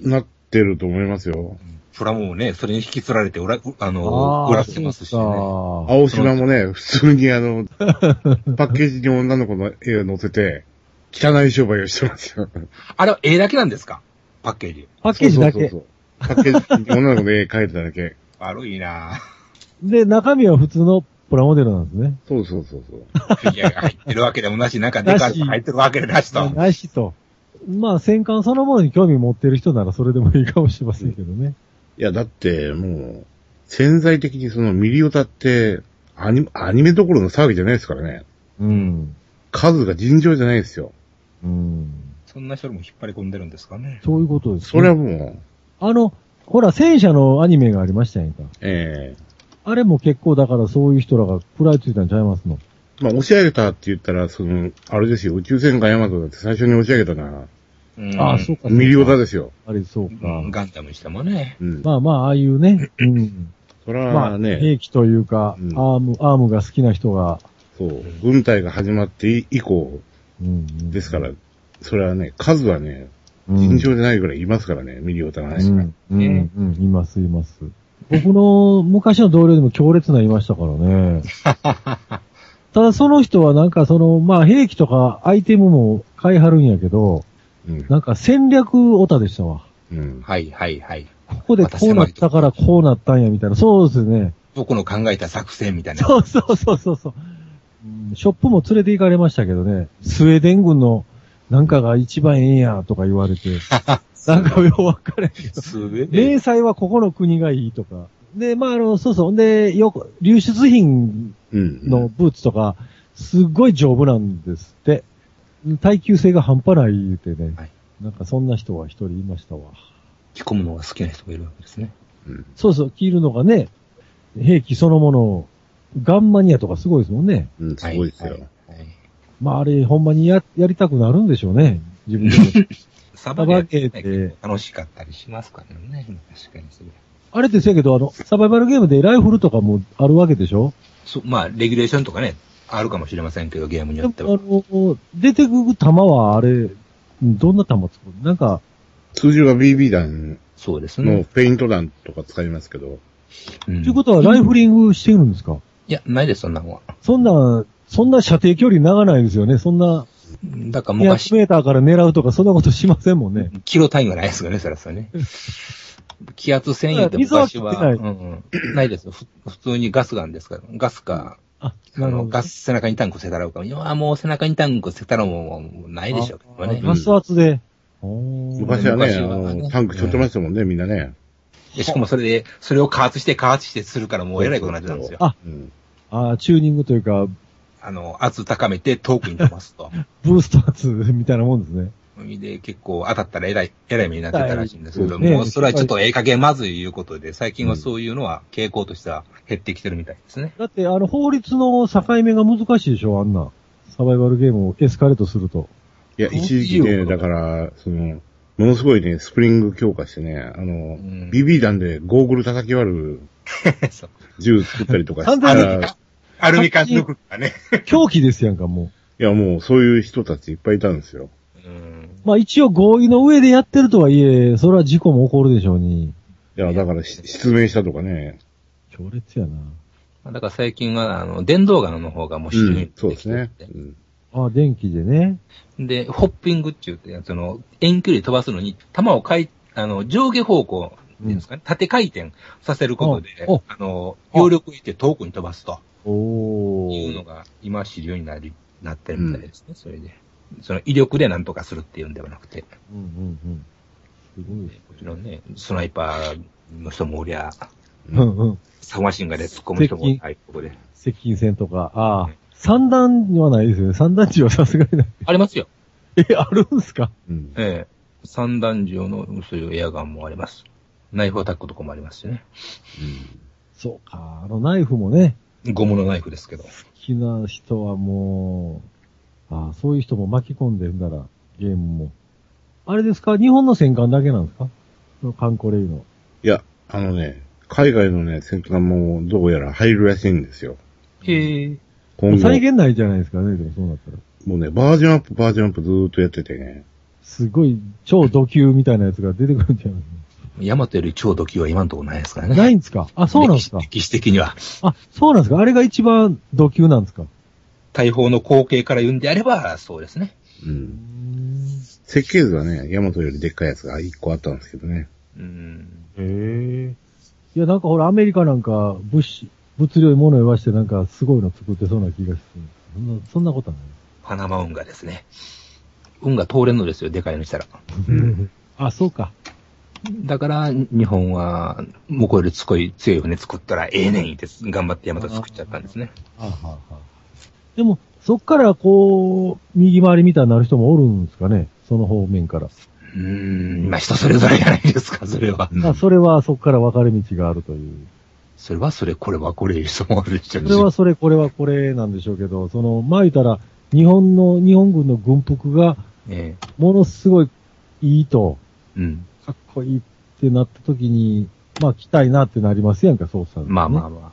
[SPEAKER 4] なってると思いますよ。
[SPEAKER 3] プラもね、それに引きつられて、おら、あの、売らせてますしね。
[SPEAKER 6] そうか
[SPEAKER 4] 青島もね、普通にあ の、パッケージに女の子の絵を載せて、汚い商売をしてますよ。
[SPEAKER 3] あれは絵だけなんですかパッケージ。
[SPEAKER 6] パッケージだけ。
[SPEAKER 4] そうそうそうパッケージに女の子の絵描いてただけ。
[SPEAKER 3] 悪いなぁ。
[SPEAKER 6] で、中身は普通のプラモデルなんですね。
[SPEAKER 4] そうそうそうそう。
[SPEAKER 3] フィギュアが入ってるわけでもなし、なんかデカールが入ってるわけでなしと。
[SPEAKER 6] ないしと。まあ、戦艦そのものに興味持ってる人ならそれでもいいかもしれませんけどね。
[SPEAKER 4] いや、だって、もう、潜在的にそのミリオタって、アニアニメどころの騒ぎじゃないですからね。
[SPEAKER 6] うん。
[SPEAKER 4] 数が尋常じゃないですよ。
[SPEAKER 6] うん。
[SPEAKER 3] そんな人も引っ張り込んでるんですかね。
[SPEAKER 6] そういうことです、
[SPEAKER 4] それはもう、
[SPEAKER 6] あの、ほら、戦車のアニメがありましたやんか。
[SPEAKER 4] ええ
[SPEAKER 6] あれも結構だからそういう人らが食らいついたんちゃいますの。
[SPEAKER 4] まあ、押し上げたって言ったら、その、あれですよ、宇宙戦艦ヤマトだって最初に押し上げたのは、
[SPEAKER 3] うん
[SPEAKER 6] ああ、そうか。
[SPEAKER 4] ミリオタ
[SPEAKER 6] で。
[SPEAKER 4] ですよ。
[SPEAKER 6] あれ、そうか。
[SPEAKER 3] ガンダムにしてもね。
[SPEAKER 4] うん。
[SPEAKER 6] まあまあ、ああいうね。うん。
[SPEAKER 4] それ
[SPEAKER 6] ま
[SPEAKER 4] は
[SPEAKER 6] あ、
[SPEAKER 4] ね、
[SPEAKER 6] 兵器というか、
[SPEAKER 4] うん
[SPEAKER 6] アーム、アームが好きな人が。
[SPEAKER 4] そう、軍隊が始まってい以降
[SPEAKER 6] うん、
[SPEAKER 4] ですから、それはね、数はね、
[SPEAKER 6] うん、
[SPEAKER 4] 尋常じゃないぐらいいますからね、ミリオタがね。
[SPEAKER 6] うん、うん、うん、います、います。僕の昔の同僚でも強烈ないましたからね。ただその人はなんかその、まあ兵器とかアイテムも買いはるんやけど、
[SPEAKER 4] うん。
[SPEAKER 6] なんか戦略オタでしたわ。
[SPEAKER 4] うん。
[SPEAKER 3] はいはいはい。
[SPEAKER 6] ここでこうなったからこうなったんやみたいな。そうですね。
[SPEAKER 3] 僕の考えた作戦みたいな。
[SPEAKER 6] そうそうそうそうそう。うんショップも連れて行かれましたけどね、スウェーデン軍のなんかが一番ええんやとか言われて、なんかよう分かれへんけど
[SPEAKER 3] すべ
[SPEAKER 6] 明細はここの国がいいとか。で、まあ、あの、そうそう。で、よく、流出品
[SPEAKER 4] うん。
[SPEAKER 6] のブーツとか、すっごい丈夫なんですって。耐久性が半端ない言うてね。
[SPEAKER 3] はい
[SPEAKER 6] なんかそんな人は一人いましたわ。
[SPEAKER 3] 着込むのが好きな人がいるわけですね。
[SPEAKER 4] うん。
[SPEAKER 6] そうそう、着るのがね、兵器そのものを、ガンマニアとかすごいですもんね。
[SPEAKER 4] うん、すごいですよ。
[SPEAKER 3] はいはい
[SPEAKER 6] まあ、あれ、ほんまにや、やりたくなるんでしょうね。自分で。
[SPEAKER 3] サ
[SPEAKER 6] バ
[SPEAKER 3] バ
[SPEAKER 6] ゲーっ
[SPEAKER 3] ゲ
[SPEAKER 6] て
[SPEAKER 3] ーって楽しかったりしますからね。確かにそれ
[SPEAKER 6] あれってせやけど、あの、サバイバルゲームでライフルとかもあるわけでしょ
[SPEAKER 3] そまあ、レギュレーションとかね、あるかもしれませんけど、ゲームに
[SPEAKER 6] で
[SPEAKER 3] よっ
[SPEAKER 6] も、あ
[SPEAKER 3] ては。
[SPEAKER 6] の、出てくる弾はあれ、どんな弾作るなんか、
[SPEAKER 4] 通常は BB 弾
[SPEAKER 3] そうです
[SPEAKER 4] の
[SPEAKER 3] ね。
[SPEAKER 4] フェイント弾とか使いますけど、
[SPEAKER 3] うん
[SPEAKER 6] ということはライフリングしてるんですか
[SPEAKER 3] いや、ないです、そんなも
[SPEAKER 6] そんな、そんな射程距離長ないですよね。そんな、
[SPEAKER 3] ん。だから
[SPEAKER 6] 200
[SPEAKER 3] 昔、
[SPEAKER 6] メーターから狙うとか、そんなことしませんもんね。
[SPEAKER 3] キロ単位がないですよね、それはそれね。気圧1000円って昔は、
[SPEAKER 6] 水は切って
[SPEAKER 3] うんうんないですよ。ふ普通にガスガンですから、ガスか、
[SPEAKER 6] あ、
[SPEAKER 3] あ
[SPEAKER 6] なるほ
[SPEAKER 3] の
[SPEAKER 6] ど。
[SPEAKER 3] ガス背中にタンクせたらうか。いや、もう背中にタンクせたらもうもうないでしょうけど
[SPEAKER 6] あ
[SPEAKER 3] ね。
[SPEAKER 6] ガス圧で。あ
[SPEAKER 4] 昔はね、
[SPEAKER 3] 昔
[SPEAKER 4] あ
[SPEAKER 3] はね
[SPEAKER 4] の、タンク背負ってましたもんね、みんなね。
[SPEAKER 3] でしかもそれで、それを加圧して加圧してするからもうえらいことになってたんですよ。
[SPEAKER 6] あ
[SPEAKER 4] うん。
[SPEAKER 6] ああ、チューニングというか、
[SPEAKER 3] あの、圧高めて遠くに飛ばすと。
[SPEAKER 6] ブースト圧みたいなもんですね。
[SPEAKER 3] で、結構当たったらえらい、 えらい目になってたらしいんですけど
[SPEAKER 6] はい
[SPEAKER 3] も、
[SPEAKER 6] ね
[SPEAKER 3] それはちょっとええ加減まずいいうことで、最近はそういうのは傾向としては減ってきてるみたいですね。
[SPEAKER 6] だって、あの、法律の境目が難しいでしょ、あんな。サバイバルゲームをエスカレートすると。
[SPEAKER 4] いや、
[SPEAKER 3] 大きいよ
[SPEAKER 4] 一時期ね、だから、その、ものすごいね、スプリング強化してね、あの、
[SPEAKER 3] ん
[SPEAKER 4] BB 弾でゴーグル叩き割る
[SPEAKER 3] そう
[SPEAKER 4] 銃作ったりとかし
[SPEAKER 6] 完全
[SPEAKER 4] た
[SPEAKER 6] に
[SPEAKER 4] ら、い
[SPEAKER 3] アルミ缶の服がね。
[SPEAKER 6] 狂気ですやんか、も
[SPEAKER 4] や、もうそういう人たちいっぱいいたんですよ。
[SPEAKER 3] うん
[SPEAKER 6] う。まあ一応合意の上でやってるとはいえ、それは事故も起こるでしょうに。
[SPEAKER 4] いや、だからし、失明したとかね。
[SPEAKER 6] 強烈やな。
[SPEAKER 3] だから最近は、あの、電動ガンの方がもう
[SPEAKER 4] う
[SPEAKER 3] 主流になっ
[SPEAKER 4] ん
[SPEAKER 3] て、きて
[SPEAKER 4] そう
[SPEAKER 3] る
[SPEAKER 4] ですね。うん
[SPEAKER 6] ああ、電気でね。
[SPEAKER 3] で、ホッピングって言って、その、遠距離飛ばすのに、弾をかい、あの、上下方向、っていうんですかね、縦回転させることで
[SPEAKER 6] おお、
[SPEAKER 3] あの、揚力をして遠くに飛ばすと
[SPEAKER 6] お
[SPEAKER 3] いうの
[SPEAKER 6] ー。
[SPEAKER 3] が、今主流になり、なってるみたいですね、それで。その威力で何とかするっていうんではなくて、
[SPEAKER 6] うんうんうん。すごい
[SPEAKER 3] もちろんね、スナイパーの人もおりゃ、
[SPEAKER 6] うんうん。
[SPEAKER 3] サブマシンガンで突っ込む人も、はい、ここで。
[SPEAKER 6] 接近戦とか、ああ。三段にはないですよね。三段地はさすがにない。
[SPEAKER 3] ありますよ。
[SPEAKER 6] え、あるんすか
[SPEAKER 4] うん。
[SPEAKER 3] ええ。三段銃の、そういうエアガンもあります。ナイフアタックとかもありますしね。
[SPEAKER 6] そうか。あのナイフもね、
[SPEAKER 3] ゴムのナイフですけど。
[SPEAKER 6] 好きな人はもう、ああ、そういう人も巻き込んでるなら、ゲームも。あれですか日本の戦艦だけなんですかその艦これいうの。
[SPEAKER 4] いや、あのね、海外のね、戦艦もどうやら入るらしいんですよ。
[SPEAKER 3] へえ。
[SPEAKER 4] 今後、
[SPEAKER 6] 再現ないじゃないですかね、でもそうなったら。
[SPEAKER 4] もうね、バージョンアップ、バージョンアップずーっとやっててね。
[SPEAKER 6] すごい、超ド級みたいなやつが出てくるんじゃない
[SPEAKER 3] ヤマトより超ド級は今のところないですから
[SPEAKER 6] で
[SPEAKER 3] ね。
[SPEAKER 6] すかないんですかあ、そうなんですか
[SPEAKER 3] 歴史歴史的には。
[SPEAKER 6] あ、そうなんですかあれが一番ド級なんですか
[SPEAKER 3] 大砲の光景から言うんであれば、そうですね。
[SPEAKER 4] う。
[SPEAKER 6] うんん。
[SPEAKER 4] 設計図はね、ヤマトよりでっかいやつが1個あったんですけどね。
[SPEAKER 3] うん。
[SPEAKER 6] へえ。いや、なんかほら、アメリカなんか、物資、物量に物を言わしてなんか、すごいの作ってそうな気がする。そんな、そんなことはない。
[SPEAKER 3] パナマ運河ですね。運河通れんのですよ、でかいのしたら。
[SPEAKER 6] あ、そうか。
[SPEAKER 3] だから、日本は、向こうよりすごい強い船作ったらええねん言って、頑張ってヤマト作っちゃったんですね。
[SPEAKER 6] はあはあはあでも、そっからこう、右回りみたいになる人もおるんですかねその方面から。
[SPEAKER 3] うーん、まあ人それぞれじゃないですか、それは。
[SPEAKER 4] うん
[SPEAKER 6] まあ、それはそっから分かれ道があるという。
[SPEAKER 3] それはそれ、これはこれ、人もあるでしょう
[SPEAKER 6] そ
[SPEAKER 3] し
[SPEAKER 6] れはそれ、これはこれなんでしょうけど、その、まあ言ったら、日本の、日本軍の軍服が、
[SPEAKER 3] え
[SPEAKER 6] ものすごいいいと、
[SPEAKER 3] え。うん。
[SPEAKER 6] かっこいいってなった時に、まあ、着たいなってなりますやんか、そうさ、
[SPEAKER 3] まあま
[SPEAKER 6] あ。
[SPEAKER 3] あまあ。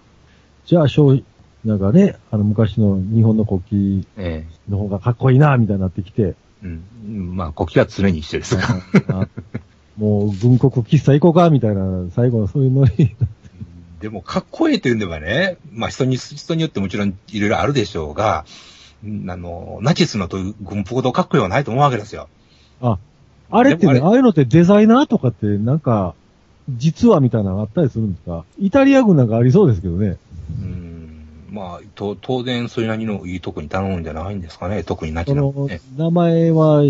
[SPEAKER 6] じゃあ、小、なんかね、あの、昔の日本の国旗
[SPEAKER 3] え
[SPEAKER 6] の方がかっこいいな、みたいになって きて、
[SPEAKER 3] え。うん。まあ、こっちは常に一緒ですが。
[SPEAKER 6] あもう、軍国喫茶行こうか、みたいな、最後のそういう ノリ。
[SPEAKER 3] でも、かっこええというのはね、まあ人に、人によってもちろんいろいろあるでしょうが、んあの、ナチスのという軍服ほどかっこよくはないと思うわけですよ。
[SPEAKER 6] あ、あれってね、
[SPEAKER 3] でも
[SPEAKER 6] ああいうのってデザイナーとかって、なんか、実はみたいなのあったりするんですかイタリア軍なんかありそうですけどね。
[SPEAKER 3] うん。まあ、と当然、それなりのいいとこに頼むんじゃないんですかね、特にナチ
[SPEAKER 6] そ
[SPEAKER 3] な
[SPEAKER 6] の
[SPEAKER 3] んてね。、
[SPEAKER 6] 名前は、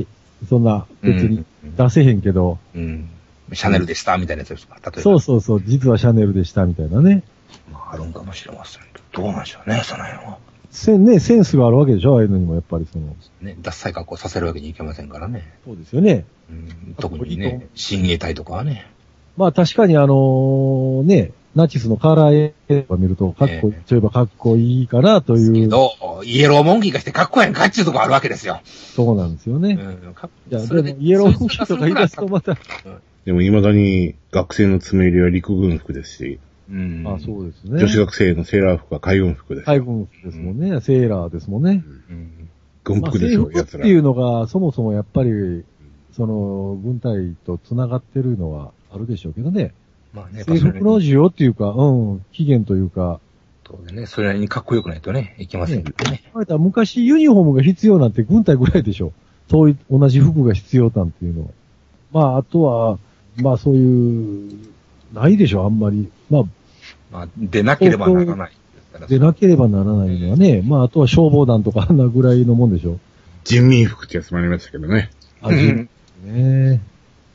[SPEAKER 6] そんな、別に出せへんけど、
[SPEAKER 3] うん。うん。シャネルでした、みたいなやつですか。例えば。
[SPEAKER 6] そうそうそう、実はシャネルでした、みたいなね。
[SPEAKER 3] まあ、あるんかもしれませんけど、どうなんでしょうね、その辺は。
[SPEAKER 6] せんね、センスがあるわけでしょああいうのにも、やっぱりその。
[SPEAKER 3] ね、脱菜格好させるわけにいけませんからね。
[SPEAKER 6] そうですよね。
[SPEAKER 3] うん、特にね、親衛隊とかはね。
[SPEAKER 6] まあ確かにあのね、ナチスのカラー絵とか見ると、かっこいい、
[SPEAKER 3] ええ
[SPEAKER 6] といえばかっこいいかなとい
[SPEAKER 3] け
[SPEAKER 6] う、
[SPEAKER 3] ど、イエローモンキーがしてかっこええんかっちゅうとこあるわけですよ。
[SPEAKER 6] そうなんですよね。
[SPEAKER 3] うんか
[SPEAKER 6] いや、
[SPEAKER 3] それ
[SPEAKER 6] でも、イエローフンキーとか言い出すとまた。
[SPEAKER 4] でも未だに学生の爪入りは陸軍服ですし、
[SPEAKER 3] うん。
[SPEAKER 6] あ、そうですね。
[SPEAKER 4] 女子学生のセーラー服は海軍服です。
[SPEAKER 6] 海軍ですもんね、セーラーですもんね。
[SPEAKER 3] うん。
[SPEAKER 4] 軍
[SPEAKER 6] まあ、
[SPEAKER 4] 服で
[SPEAKER 6] 制
[SPEAKER 4] しょ、
[SPEAKER 6] 服っ
[SPEAKER 4] 奴
[SPEAKER 6] て
[SPEAKER 4] ら。
[SPEAKER 6] いうのが、そもそもやっぱり、その、軍隊と繋がってるのはあるでしょうけどね。
[SPEAKER 3] まあね、やっぱ
[SPEAKER 6] 制
[SPEAKER 3] それ
[SPEAKER 6] 服の需要っていうか、うん、期限というか、
[SPEAKER 3] 当然ね、それなりにかっこよくないとね、いけませんからね。
[SPEAKER 6] あれだ昔ユニフォームが必要なんて軍隊ぐらいでしょ。遠い、同じ服が必要なんていうのは。まあ、あとは、まあそういう、ないでしょ、あんまり。まあ、
[SPEAKER 3] まあ、出なければならない。
[SPEAKER 6] でなければならないのはね、まああとは消防団とかあんなぐらいのもんでしょ。
[SPEAKER 4] 人民服ってやつもありましたけどね。
[SPEAKER 6] あ、じ
[SPEAKER 3] うん
[SPEAKER 6] ね。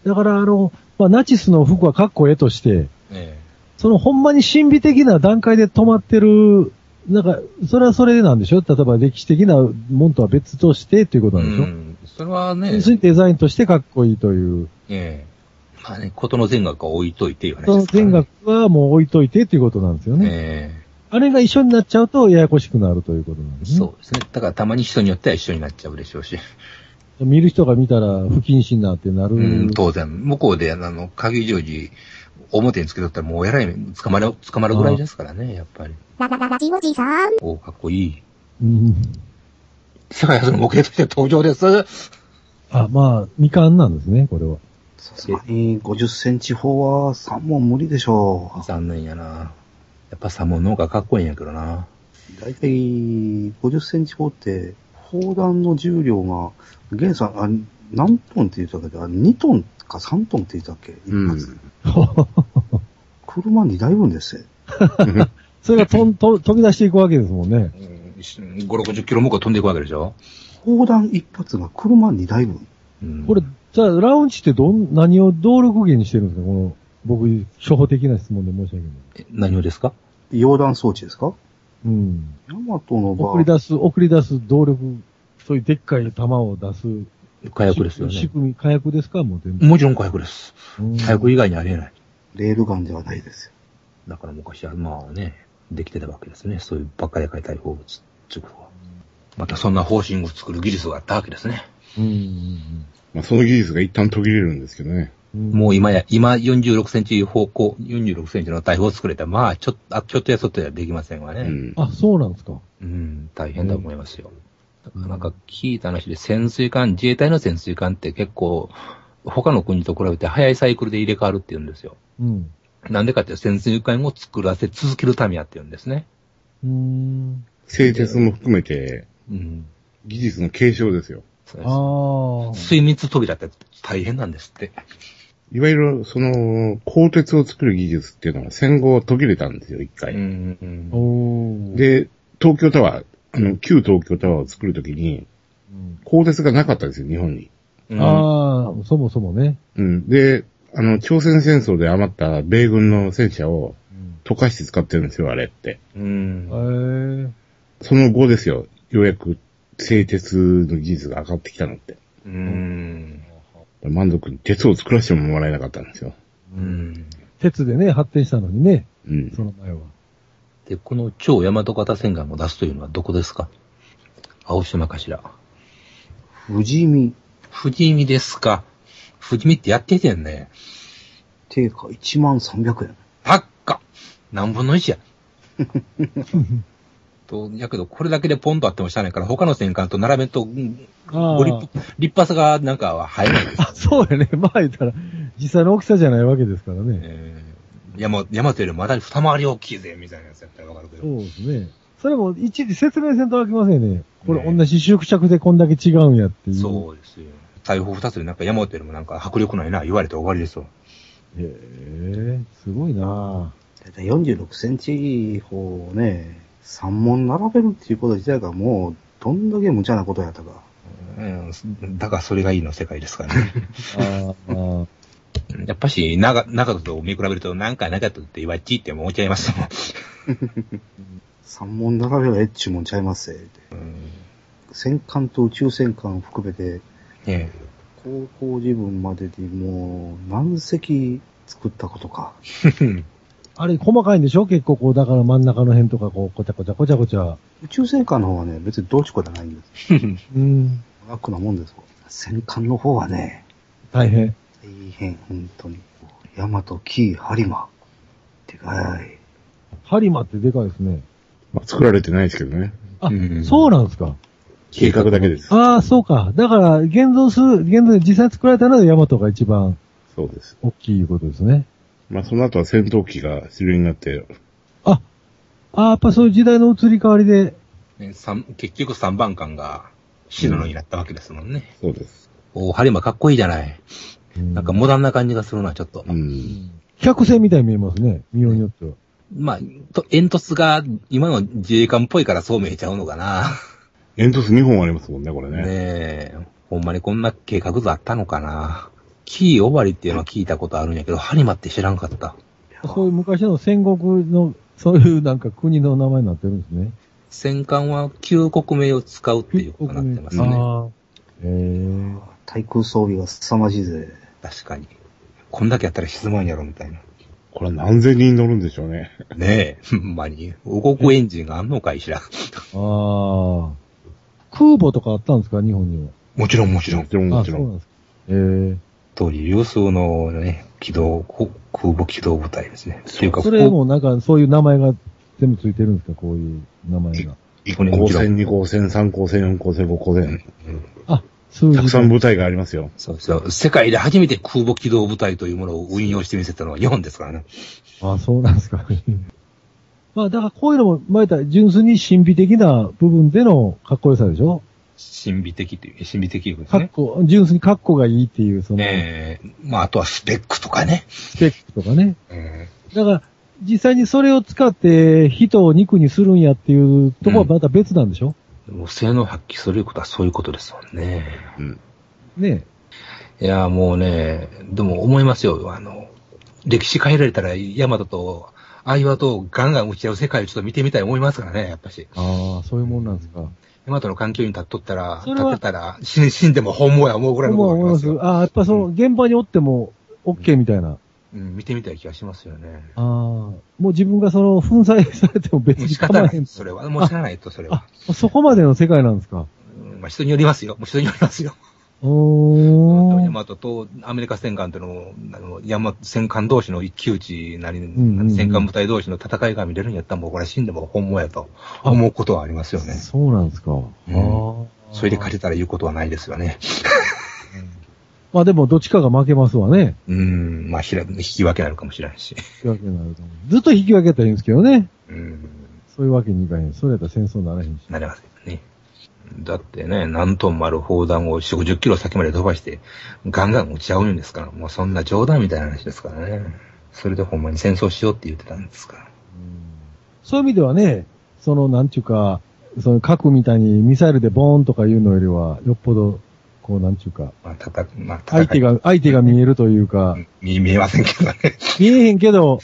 [SPEAKER 6] だから、あの、まあ、ナチスの服はかっこええとして、
[SPEAKER 3] え
[SPEAKER 6] そのほんまに神秘的な段階で止まってる、なんか、それはそれでなんでしょ例えば歴史的なもんとは別としてっていうこ
[SPEAKER 3] え
[SPEAKER 6] となんでしょ、
[SPEAKER 3] うんそれはね
[SPEAKER 6] 純、粋にデザインとしてかっこいいという。
[SPEAKER 3] ええまあね、ことの全額は置いといていう話
[SPEAKER 6] そ
[SPEAKER 3] で
[SPEAKER 6] の
[SPEAKER 3] すから
[SPEAKER 6] 全
[SPEAKER 3] ね。
[SPEAKER 6] 額はもう置いといてっていうことなんですよね。
[SPEAKER 3] ええ
[SPEAKER 6] あれが一緒になっちゃうとややこしくなるということなんですね。
[SPEAKER 3] そうですね。だからたまに人によっては一緒になっちゃうでしょうし。
[SPEAKER 6] 見る人が見たら不謹慎なってなる。
[SPEAKER 3] うん、当然。向こうで、あの、鍵常時、表につけとったらもうえらい、捕まる、捕まるぐらいですからね、やっぱり。
[SPEAKER 1] ララララジオジさん。
[SPEAKER 3] おうかっこいい。
[SPEAKER 6] うん
[SPEAKER 3] 世界初の模型として登場です。
[SPEAKER 6] あ、まあ、みかんなんですね、これは。
[SPEAKER 2] さすがに50センチ砲は3問無理でしょう。
[SPEAKER 3] 残念やな。やっぱサモンの方がかっこいいんやけどな。
[SPEAKER 2] 大体、50センチ砲って、砲弾の重量が、ゲンさん、あ何トンって言ってたけど、あ2トンか3トンって言ってたっけ一発。 車2台分ですよ。
[SPEAKER 6] それ がとんと飛び出していくわけですもんね。
[SPEAKER 3] うん、5、60キロ向こう飛んでいくわけでしょ。
[SPEAKER 2] 砲弾1発が車2台分。
[SPEAKER 3] うん、
[SPEAKER 6] これ、じゃあ、ラウンジってどん、何を動力源にしてるんですかこの、僕、初歩的な質問で申し訳ない。
[SPEAKER 3] え何をですか
[SPEAKER 2] 溶弾装置ですか
[SPEAKER 6] うん。
[SPEAKER 2] ヤマトの場
[SPEAKER 6] 送り出す、送り出す動力、そういうでっかい弾を出す。
[SPEAKER 3] 火薬ですよ
[SPEAKER 6] 仕
[SPEAKER 3] ね。
[SPEAKER 6] 組み、火薬ですかもう全部。
[SPEAKER 3] もちろん火薬です。
[SPEAKER 6] うん
[SPEAKER 3] 火薬以外にありえない。
[SPEAKER 2] レールガンではないですよ。
[SPEAKER 3] だから昔は、まあね、できてたわけですね。そういうばっかりでかい大砲撃つっていうことは。またそんな方針を作る技術があったわけですね。
[SPEAKER 6] うんうん
[SPEAKER 4] まあ、その技術が一旦途切れるんですけどね。
[SPEAKER 6] うん。
[SPEAKER 3] もう今や、今46センチ方向、46センチの大砲を作れたら、まあちょっと、あちょっとやそっとやできませんわ
[SPEAKER 4] う
[SPEAKER 3] ね。
[SPEAKER 4] ん。
[SPEAKER 6] あ、そうなんですか。
[SPEAKER 3] うん、大変だと思いますよ。なんか聞いた話で潜水艦、自衛隊の潜水艦って結構、他の国と比べて早いサイクルで入れ替わるって言うんですよ。
[SPEAKER 6] うん。
[SPEAKER 3] なんでかって潜水艦を作らせ続けるためやって言うんですね。
[SPEAKER 6] うーん。
[SPEAKER 4] 製鉄も含めて、
[SPEAKER 3] うん。
[SPEAKER 4] 技術の継承ですよ。
[SPEAKER 3] そうです
[SPEAKER 6] ああ。
[SPEAKER 3] 水密扉って大変なんですって。
[SPEAKER 4] いわゆる、その、鋼鉄を作る技術っていうのは戦後途切れたんですよ、一回。
[SPEAKER 3] ん
[SPEAKER 6] おー、
[SPEAKER 4] で、東京タワー、あの、旧東京タワーを作るときに、
[SPEAKER 6] うん
[SPEAKER 4] 鋼鉄がなかったんですよ、日本に。
[SPEAKER 3] あ
[SPEAKER 6] ああ、そもそもね。
[SPEAKER 4] うん。で、あの、朝鮮戦争で余った米軍の戦車を溶かして使ってるんですよ、あれって。
[SPEAKER 3] うん
[SPEAKER 6] へえ。
[SPEAKER 4] その後ですよ、ようやく製鉄の技術が上がってきたのって。
[SPEAKER 3] うん。
[SPEAKER 4] 満足に鉄を作らせてももらえなかったんですよ。
[SPEAKER 3] うん。
[SPEAKER 6] 鉄でね、発展したのにね、
[SPEAKER 4] うん。
[SPEAKER 6] その前は。
[SPEAKER 3] で、この超大和型洗顔を出すというのはどこですか青島かしら。
[SPEAKER 2] 不死身
[SPEAKER 3] 富士見ですか富士見ってやっててんね。
[SPEAKER 2] 定価1万300円。
[SPEAKER 3] あっか何分の1や。 と、やけど、これだけでポンとあってもしゃあないから、他の戦艦と並べると、うん
[SPEAKER 6] あ
[SPEAKER 3] ご立派立派さがなんかは入らないです
[SPEAKER 6] あ、 そうやね。まあ言ったら、実際の大きさじゃないわけですからね。
[SPEAKER 3] えー、 山、山とよりもまだ二回り大きいぜ、みたいなやつやったらわかるけ
[SPEAKER 6] そ
[SPEAKER 3] ど。
[SPEAKER 6] うですね。それも一時説明せんとあきませんね。これ、
[SPEAKER 3] ね
[SPEAKER 6] 同じ縮尺でこんだけ違うんやっていう。
[SPEAKER 3] そうですよ。大砲二つでなんか山とよりもなんか迫力ないな、言われて終わりですわ。
[SPEAKER 6] う。へえ、すごいな
[SPEAKER 2] だいたい46センチ砲をね、3問並べるっていうこと自体がもう、どんだけ無茶なことやったか。
[SPEAKER 3] うん、だからそれがいいの世界ですから ね。
[SPEAKER 6] あああ、
[SPEAKER 3] やっぱし、長、長門と見比べると、なんか長門って言わっちいって思っちゃいますもん。
[SPEAKER 2] 3問並べばええっちゅうもんちゃいますぜ。戦艦と宇宙戦艦を含めて、
[SPEAKER 3] え
[SPEAKER 2] 高校時分までにもう、何隻作ったことか。
[SPEAKER 3] え。
[SPEAKER 6] あれ、細かいんでしょ結構こう、だから真ん中の辺とか、こう、こちゃこちゃこちゃこちゃ。
[SPEAKER 2] 宇宙戦艦の方はね、別にどうちこじゃないんです。
[SPEAKER 6] うん。
[SPEAKER 2] 楽なもんですよ。戦艦の方はね、
[SPEAKER 6] 大変。
[SPEAKER 2] 大変、本当に。ヤマト、キー、ハリマ。でかい。
[SPEAKER 6] ハリマってでかいですね。
[SPEAKER 4] まあ、作られてないですけどね。
[SPEAKER 6] あ、
[SPEAKER 3] うん
[SPEAKER 6] そうなんですか。
[SPEAKER 4] 計画だけです。
[SPEAKER 6] ああ、そうか。だから、現存する、現存、実際作られたのはヤマトが一番
[SPEAKER 4] そうです。
[SPEAKER 6] 大きいいうことですね。
[SPEAKER 4] まあ、その後は戦闘機が主流になって、
[SPEAKER 6] あ、ああ、やっぱそういう時代の移り変わりで、
[SPEAKER 3] ね三結局三番艦が白のになったわけですもんね。
[SPEAKER 4] そうです。
[SPEAKER 3] おお、ハリマかっこいいじゃない。
[SPEAKER 6] な
[SPEAKER 3] なんか、モダンな感じがするな、ちょっと。
[SPEAKER 4] うん。
[SPEAKER 6] 客船みたいに見えますね。見ようによっては。
[SPEAKER 3] まあ、と煙突が今の自衛艦っぽいからそう見えちゃうのかな。
[SPEAKER 4] 煙突2本ありますもんね、これね。
[SPEAKER 3] ねえ。ほんまにこんな計画図あったのかな。キー終わりっていうのは聞いたことあるんやけど、ハリマって知らんかった。
[SPEAKER 6] そういう昔の戦国の、そういうなんか国の名前になってるんですね。
[SPEAKER 3] 戦艦は旧国名を使うっていうことになってますね。
[SPEAKER 6] ああ。ええー。
[SPEAKER 2] 対空装備は凄まじいぜ。
[SPEAKER 3] 確かに。こんだけやったら沈むんやろ、みたいな。
[SPEAKER 4] これは何千人乗るんでしょうね。
[SPEAKER 3] ねえ、 ほんまに。動くエンジンがあんのかいしら。
[SPEAKER 6] ああ。空母とかあったんですか日本に
[SPEAKER 3] もちろん、もちろ
[SPEAKER 4] も
[SPEAKER 3] ん。
[SPEAKER 4] ちろん、
[SPEAKER 6] は。
[SPEAKER 4] も
[SPEAKER 6] あ、
[SPEAKER 4] ち
[SPEAKER 6] そう
[SPEAKER 4] ろ
[SPEAKER 6] なん
[SPEAKER 4] ん。
[SPEAKER 6] ですか。ええー。
[SPEAKER 3] という有数のね、機動、こ空母機動部隊ですね。っていうか、
[SPEAKER 6] それ
[SPEAKER 3] こ
[SPEAKER 6] もなんかそういう名前が全部ついてるんですかこういう名前が。
[SPEAKER 4] 1光線、2光線、3光線、4光線、5光線。
[SPEAKER 6] あ、数字。
[SPEAKER 4] たくさん部隊がありますよ。
[SPEAKER 3] そうそう。世界で初めて空母機動部隊というものを運用してみせたのは日本ですからね。
[SPEAKER 6] あ、そうなんですか。 まあ、だからこういうのも、まあ言ったら純粋に神秘的な部分でのかっこよさでしょ
[SPEAKER 3] 神秘的という、神秘的です
[SPEAKER 6] かっ
[SPEAKER 3] ね。
[SPEAKER 6] こ、純粋にかっこがいいっていう、その、
[SPEAKER 3] ええまあ、あとはスペックとかね。
[SPEAKER 6] スペックとかね。
[SPEAKER 3] え
[SPEAKER 6] だから、実際にそれを使って人を肉にするんやっていうとこは
[SPEAKER 3] うん
[SPEAKER 6] また別なんでしょ、
[SPEAKER 3] えもう性能発揮することはそういうことですもんね。
[SPEAKER 4] うん。
[SPEAKER 6] ね
[SPEAKER 3] いや、もうね、でも思いますよ。あの、歴史変えられたら、ヤマトと、相葉とガンガン打ち合う世界をちょっと見てみたい思いますからね、やっぱし。
[SPEAKER 6] ああ、そういうもんなんですか。
[SPEAKER 3] ヤマトの環境に立っとったら、
[SPEAKER 6] それ
[SPEAKER 3] 立
[SPEAKER 6] は
[SPEAKER 3] ってたら、死ん死んでも本望や思うぐらいのことがあり
[SPEAKER 6] 思い
[SPEAKER 3] ま
[SPEAKER 6] ますす
[SPEAKER 3] よ。。
[SPEAKER 6] ああ、やっぱその現場におっても OK みたいな。
[SPEAKER 3] うん、見てみたい気がしますよね。
[SPEAKER 6] ああ、もう自分がその粉砕されても別
[SPEAKER 3] もう
[SPEAKER 6] に
[SPEAKER 3] 仕方
[SPEAKER 6] 構
[SPEAKER 3] な
[SPEAKER 6] わへ
[SPEAKER 3] い。
[SPEAKER 6] ん。
[SPEAKER 3] それは、もう知らないと、それは
[SPEAKER 6] あ。、そこまでの世界なんですか。
[SPEAKER 3] うんまあ、人によりますよ。もう人によりますよ。
[SPEAKER 6] お
[SPEAKER 3] ヤ
[SPEAKER 6] ー。
[SPEAKER 3] マトとアメリカ戦艦との、あの、ヤマ戦艦同士の一騎打ちなり、
[SPEAKER 6] んうん
[SPEAKER 3] 戦艦部隊同士の戦いが見れるんやったら、もうこれは死んでも本望やと思うことはありますよね。
[SPEAKER 6] そうなんですか。あー
[SPEAKER 3] それで勝てたら言うことはないですよね。
[SPEAKER 6] まあでもどっちかが負けますわね。
[SPEAKER 3] うん、まあ、ひら引き分けなのかもしれないし。
[SPEAKER 6] 引き分けになると思うずっと引き分けやったらいいんですけどね。
[SPEAKER 3] うん、
[SPEAKER 6] そういうわけにいかへん。それやったら戦争にならへんし。
[SPEAKER 3] なりませんね。だってね、何トンもある砲弾を4、50キロ先まで飛ばして、ガンガン撃ち合うんですから、もうそんな冗談みたいな話ですからね。それでほんまに戦争しようって言ってたんですから。
[SPEAKER 6] そういう意味ではね、そのなんちゅうか、その核みたいにミサイルでボーンとかいうのよりは、よっぽど、こうなんちゅうか、
[SPEAKER 3] まあ、たた、まあ、戦い
[SPEAKER 6] 相手が、相手が見えるというか、
[SPEAKER 3] 見見えませんけどね。
[SPEAKER 6] 見えへん けど、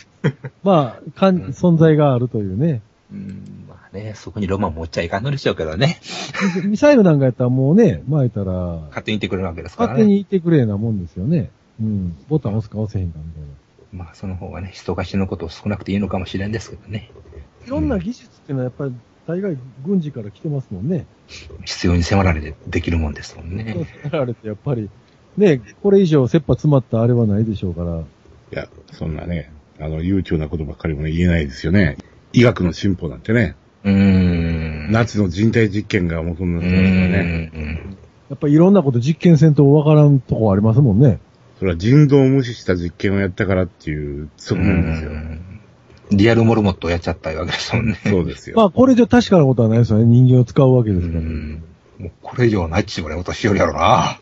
[SPEAKER 6] まあ、かん、存在があるというね。
[SPEAKER 3] うん、まあね、そこにロマン持っちゃいかんのでしょうけどね。
[SPEAKER 6] ミサイルなんかやったらもうね、前たら、
[SPEAKER 3] 勝手に言ってくれるわけですから
[SPEAKER 6] 勝手
[SPEAKER 3] ね。
[SPEAKER 6] にいてくれなもんですよね。うん。ボタン押すか押せへんかみたいな。
[SPEAKER 3] まあ、その方がね、人が死ぬことを少なくていいのかもしれんですけどね。
[SPEAKER 6] いろんな技術っていうのはやっぱり大概軍事から来てますもんね。
[SPEAKER 3] 必要に迫られてできるもんですもんね。
[SPEAKER 6] やられてやっぱり、ね、これ以上切羽詰まったあれはないでしょうから。
[SPEAKER 4] いや、そんなね、あの、悠長なことばっかりもね言えないですよね。医学の進歩なんてね、
[SPEAKER 3] うーん。
[SPEAKER 4] ナチの人体実験が元にな
[SPEAKER 3] う
[SPEAKER 4] ってますからね。
[SPEAKER 3] ーん。
[SPEAKER 6] やっぱりいろんなこと実験せんとわからんとこありますもんね。
[SPEAKER 4] それは人道を無視した実験をやったからっていう、そうなんですよ。
[SPEAKER 3] リアルモルモットをやっちゃったわけですもんね。
[SPEAKER 4] そうですよ。
[SPEAKER 6] まあこれ以上確かなことはないですよね。人間を使うわけ
[SPEAKER 3] う
[SPEAKER 6] ですからね。
[SPEAKER 3] ん。もうこれ以上ないっちゅうぐらい年寄りやろな。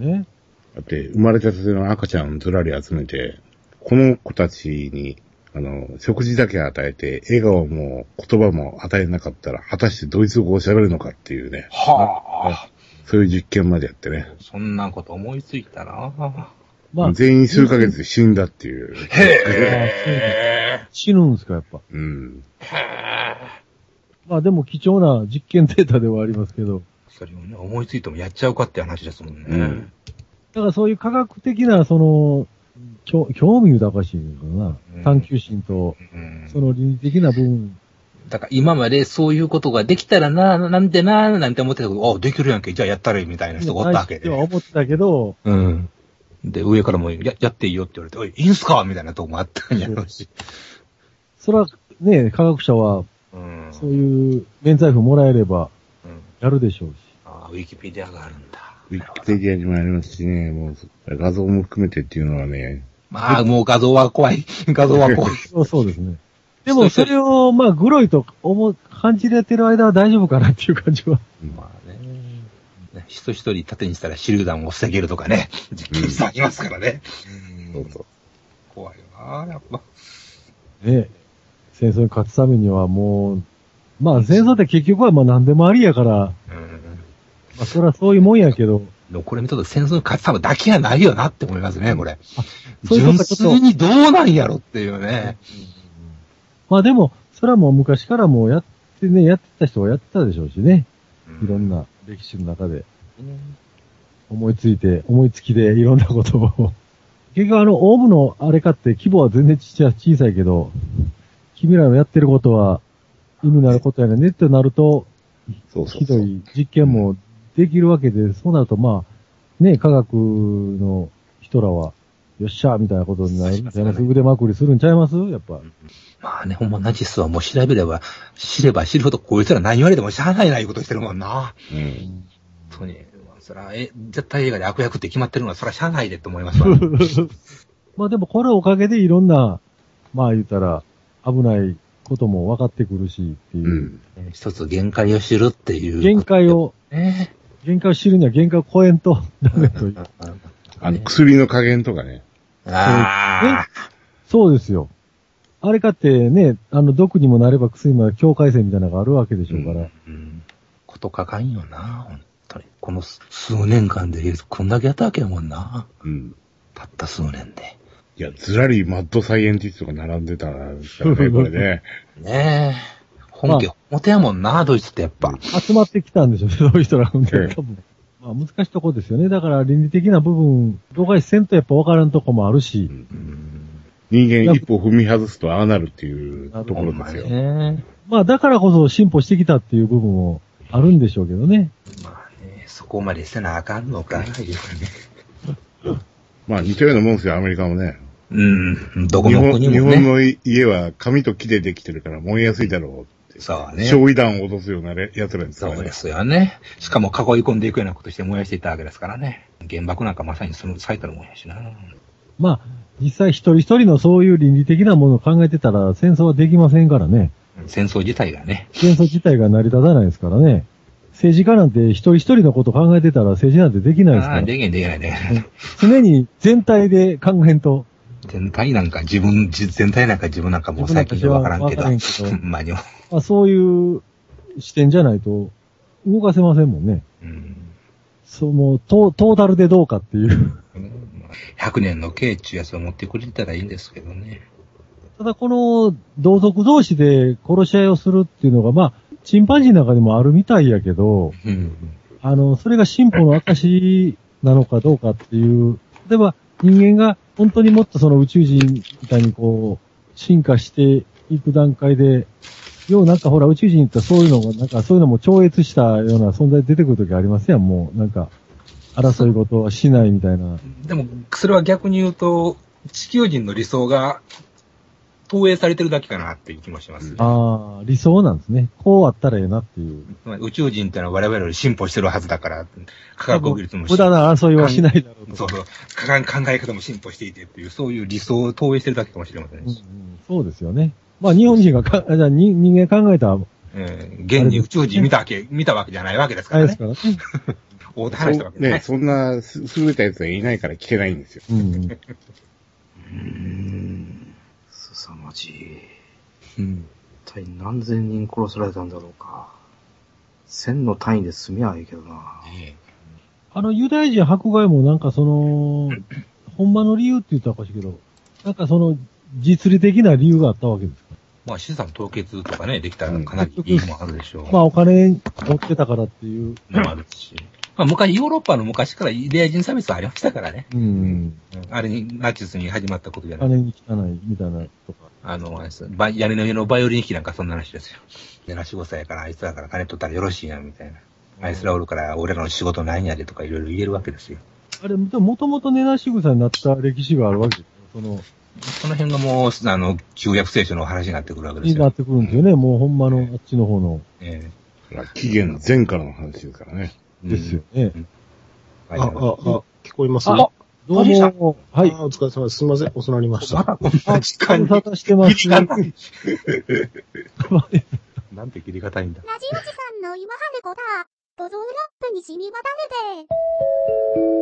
[SPEAKER 4] うん
[SPEAKER 6] ね
[SPEAKER 4] だって、生まれたての赤ちゃんをずらり集めて、この子たちに、あの、食事だけ与えて、笑顔も言葉も与えなかったら、果たしてドイツ語を喋るのかっていうね、
[SPEAKER 3] はあ。
[SPEAKER 4] そういう実験までやってね。
[SPEAKER 3] そんなこと思いついたな。
[SPEAKER 6] まあ、
[SPEAKER 4] 全員数ヶ月で死んだっていう。
[SPEAKER 3] へ
[SPEAKER 6] 死ぬんですか、やっぱ。
[SPEAKER 4] うん。
[SPEAKER 6] まあでも貴重な実験データではありますけど。
[SPEAKER 3] それをね、思いついてもやっちゃうかって話ですもんね。
[SPEAKER 4] うん
[SPEAKER 6] だからそういう科学的な、その、興興味豊かしいのかな、
[SPEAKER 3] うん
[SPEAKER 6] 探求心と、
[SPEAKER 3] うん
[SPEAKER 6] その倫理的な部分。
[SPEAKER 3] だから今までそういうことができたらな、なんてな、なんて思ってたけど、あ、できるやんけ、じゃあやったらいいみたいな人がおったわけで
[SPEAKER 6] で。は思ってたけど、
[SPEAKER 3] うん。で、上からもややっていいよって言われて、おい、いいんすかみたいなとこもあったんやろうし。
[SPEAKER 6] それはね、科学者は、
[SPEAKER 3] うん。
[SPEAKER 6] そういう免罪符もらえれば、
[SPEAKER 3] うん
[SPEAKER 6] やるでしょうし。
[SPEAKER 3] あウィキペディアがあるんだ。
[SPEAKER 4] ウィキペディアにもありますしね、もう、画像も含めてっていうのはね、
[SPEAKER 3] まあ、もう画像は怖 い。画像は怖い。
[SPEAKER 6] そうそうですね。でもそれを、まあ、グロいと思う、感じれてる間は大丈夫かなっていう感じは。
[SPEAKER 3] まあね。ね人一人縦にしたら手榴弾を防げるとかね。実験室ありますからね。うん怖いよな、やっぱ。
[SPEAKER 6] ね、戦争に勝つためにはもう、まあ戦争って結局はまあ何でもありやから、ま
[SPEAKER 3] うん。
[SPEAKER 6] あそりゃそういうもんやけど、
[SPEAKER 3] でもこれ見たと戦争に勝つためだけやないよなって思いますね、これ。
[SPEAKER 6] そういう
[SPEAKER 3] 純
[SPEAKER 6] ことかちょっ
[SPEAKER 3] 粋にどうなんやろっていうね。
[SPEAKER 6] まあでも、それはもう昔からもうやってね、やってた人はやってたでしょうしね。いろんな歴史の中で。思いついて、思いつきでいろんなことを。結局あの、オウムのあれかって規模は全然ちっちゃい小さいけど、君らのやってることは意味のあることやねってなると、
[SPEAKER 4] そうそう
[SPEAKER 6] ひ
[SPEAKER 4] そ
[SPEAKER 6] ど
[SPEAKER 4] う。
[SPEAKER 6] い実験もできるわけで、そうなるとまあ、ね、科学の人らは、よっしゃーみたいなことになるんちゃいます腕まくりするんちゃいますやっぱ。
[SPEAKER 3] まあね、ほんまナチスはもう調べれば、知れば知るほどこいつら何言われてもしゃあないないことしてるもんな。
[SPEAKER 4] うん。
[SPEAKER 3] 本当に。そら、え、絶対映画で悪役って決まってるのはそらしゃあないでって思いますわ。
[SPEAKER 6] まあでもこれおかげでいろんな、まあ言ったら危ないことも分かってくるしっていうう。
[SPEAKER 4] ん。
[SPEAKER 3] 一つ限界を知るっていう。
[SPEAKER 6] 限界。を、
[SPEAKER 3] ね。
[SPEAKER 6] 限界を知るには限界を超えんとダメという。
[SPEAKER 4] あの、薬の加減とかね。
[SPEAKER 3] ああ。
[SPEAKER 6] そうですよ。あれかってね、あの毒にもなれば薬にもなる境界線みたいなのがあるわけでしょうから。
[SPEAKER 3] うん。ことかかんよな、本当に。この数年間で、こんだけやったわけやもんな。
[SPEAKER 4] うん。
[SPEAKER 3] たった数年で。
[SPEAKER 4] いや、ずらりマッドサイエンティストが並んでたんですからね、これね。
[SPEAKER 3] ねえ。本家、表やもんな、ドイツってやっぱ。
[SPEAKER 6] 集まってきたんでしょうね、 そういう人らがね
[SPEAKER 4] ええ
[SPEAKER 6] 多分。まあ難しいとこですよね。だから倫理的な部分、動画せんとやっぱ分からんとこもあるし。
[SPEAKER 3] うん。
[SPEAKER 4] 人間一歩踏み外すとああなるっていうとこ
[SPEAKER 3] ほ
[SPEAKER 4] ろ
[SPEAKER 3] んま
[SPEAKER 4] ですよ。
[SPEAKER 3] ね。
[SPEAKER 6] まあだからこそ進歩してきたっていう部分もあるんでしょうけどね。
[SPEAKER 3] まあね、そこまでせなあかんのか。
[SPEAKER 4] まあ似たようなもんですよ、アメリカもね。
[SPEAKER 3] うん。どこ
[SPEAKER 4] 日
[SPEAKER 3] の
[SPEAKER 4] 本
[SPEAKER 3] 国
[SPEAKER 4] 日
[SPEAKER 3] も
[SPEAKER 4] 本
[SPEAKER 3] ね。
[SPEAKER 4] の家は紙と木でできてるから燃えやすいだろ
[SPEAKER 3] そう
[SPEAKER 4] う。
[SPEAKER 3] ね。
[SPEAKER 4] 焼夷弾を落とすようなれ奴らです
[SPEAKER 3] そ
[SPEAKER 4] から
[SPEAKER 3] うで
[SPEAKER 4] ね。
[SPEAKER 3] すよね。しかも囲い込んでいくようなことして燃やしていったわけですからね。原爆なんかまさにその最たるもんやしな。
[SPEAKER 6] まあ、実際一人一人のそういう倫理的なものを考えてたら戦争はできませんからね。
[SPEAKER 3] 戦争自体がね。
[SPEAKER 6] 戦争自体が成り立たないですからね。政治家なんて一人一人のことを考えてたら政治なんてできないです
[SPEAKER 3] あ
[SPEAKER 6] か
[SPEAKER 3] あ、
[SPEAKER 6] ら。
[SPEAKER 3] できへんできないね。
[SPEAKER 6] 常に全体で考えんと。
[SPEAKER 3] 全体なんか自分、じ全体なんか自分なんかもう最近じゃわからんけど。
[SPEAKER 6] 自分なんかじゃわからんけど
[SPEAKER 3] ほん まにも。
[SPEAKER 6] まあ、そういう視点じゃないと動かせませんもんね。
[SPEAKER 3] うん
[SPEAKER 6] そう、もうトートータルでどうかっていう。
[SPEAKER 3] 100年の刑っていうやつを持ってくれたらいいんですけどね。
[SPEAKER 6] ただこの同族同士で殺し合いをするっていうのが、まあ、チンパンジーの中でもあるみたいやけど、
[SPEAKER 3] うん。
[SPEAKER 6] あの、それが進歩の証なのかどうかっていう、例えば人間が本当にもっとその宇宙人みたいにこう、進化していく段階で、要はなんかほら宇宙人ってそういうのも、なんかそういうのも超越したような存在出てくるときありますやん、もう。なんか、争い事はしないみたいな。
[SPEAKER 3] でも、それは逆に言うと、地球人の理想が投影されてるだけかなっていう気もします。
[SPEAKER 6] ああ、理想なんですね。こうあったらええなっていう。
[SPEAKER 3] つまり宇宙人ってのは我々より進歩してるはずだから、科学技術も
[SPEAKER 6] 無駄な争いはしないだろうと。
[SPEAKER 3] そうそう。か考え方も進歩していてっていう、そういう理想を投影してるだけかもしれませんし。
[SPEAKER 6] そうですよね。まあ日本人がか、あじゃあ人人間考えた
[SPEAKER 3] ええ現に宇宙人見たわけ、見たわけじゃないわけですか
[SPEAKER 6] あれ
[SPEAKER 3] ら
[SPEAKER 6] です
[SPEAKER 3] ね。
[SPEAKER 6] から ね。
[SPEAKER 3] 大手
[SPEAKER 4] そ
[SPEAKER 3] 話したわ
[SPEAKER 4] う
[SPEAKER 3] けですね。
[SPEAKER 4] ね、そんなす優れた奴がいないから聞けないんですよ。
[SPEAKER 6] うんうん。
[SPEAKER 2] うん。凄まじい。
[SPEAKER 3] うん
[SPEAKER 2] 一体何千人殺されたんだろうか。千の単位で済みゃいいけどな。
[SPEAKER 3] ね
[SPEAKER 6] あの、ユダヤ人迫害もなんかその、ほんまの理由って言ったらおかしいけど、なんかその、実利的な理由があったわけですか。
[SPEAKER 3] まあ資産凍結とかね、できたらかなりいいのもあるでしょう。
[SPEAKER 6] まあお金持ってたからっていう。
[SPEAKER 3] のもあるし。まあ昔、ヨーロッパの昔からイデア人差別はありましたからね。
[SPEAKER 6] うん。
[SPEAKER 3] あれに、ナチスに始まったことじゃない。
[SPEAKER 6] 金に汚いみたいなとか。
[SPEAKER 3] あの、あれですバイ屋根の上のバイオリン弾きなんかそんな話ですよ。でな、45歳やから、あいつらから金取ったらよろしいやん、みたいな。あいつらおるから、俺らの仕事ないんやでとかいろいろ言えるわけですよ。
[SPEAKER 6] あれ、でももともと寝なし草になった歴史があるわけですよ。その、
[SPEAKER 3] その辺がもう、あの、旧約聖書の話になってくるわけで
[SPEAKER 6] に
[SPEAKER 3] す
[SPEAKER 6] な
[SPEAKER 3] よ
[SPEAKER 6] っ。てくるんですよね。もうほんまのあっちの方の。
[SPEAKER 3] え
[SPEAKER 4] ほら紀元前からの話ですからね。
[SPEAKER 3] え
[SPEAKER 6] ですよ。ね。
[SPEAKER 3] うん
[SPEAKER 7] あ、あ、あ、
[SPEAKER 3] はい
[SPEAKER 7] 聞こえます
[SPEAKER 6] あ
[SPEAKER 7] ど
[SPEAKER 6] どうも、はい。
[SPEAKER 7] あお疲れ様です。すみません。遅なりました。
[SPEAKER 3] またこんな時
[SPEAKER 6] ご
[SPEAKER 3] 間
[SPEAKER 6] 無
[SPEAKER 3] に
[SPEAKER 6] 沙。汰してます。
[SPEAKER 3] なんて切り方いいんだ。
[SPEAKER 1] ラジオチさんの今はねこだ。五臓ラップに染み渡るで。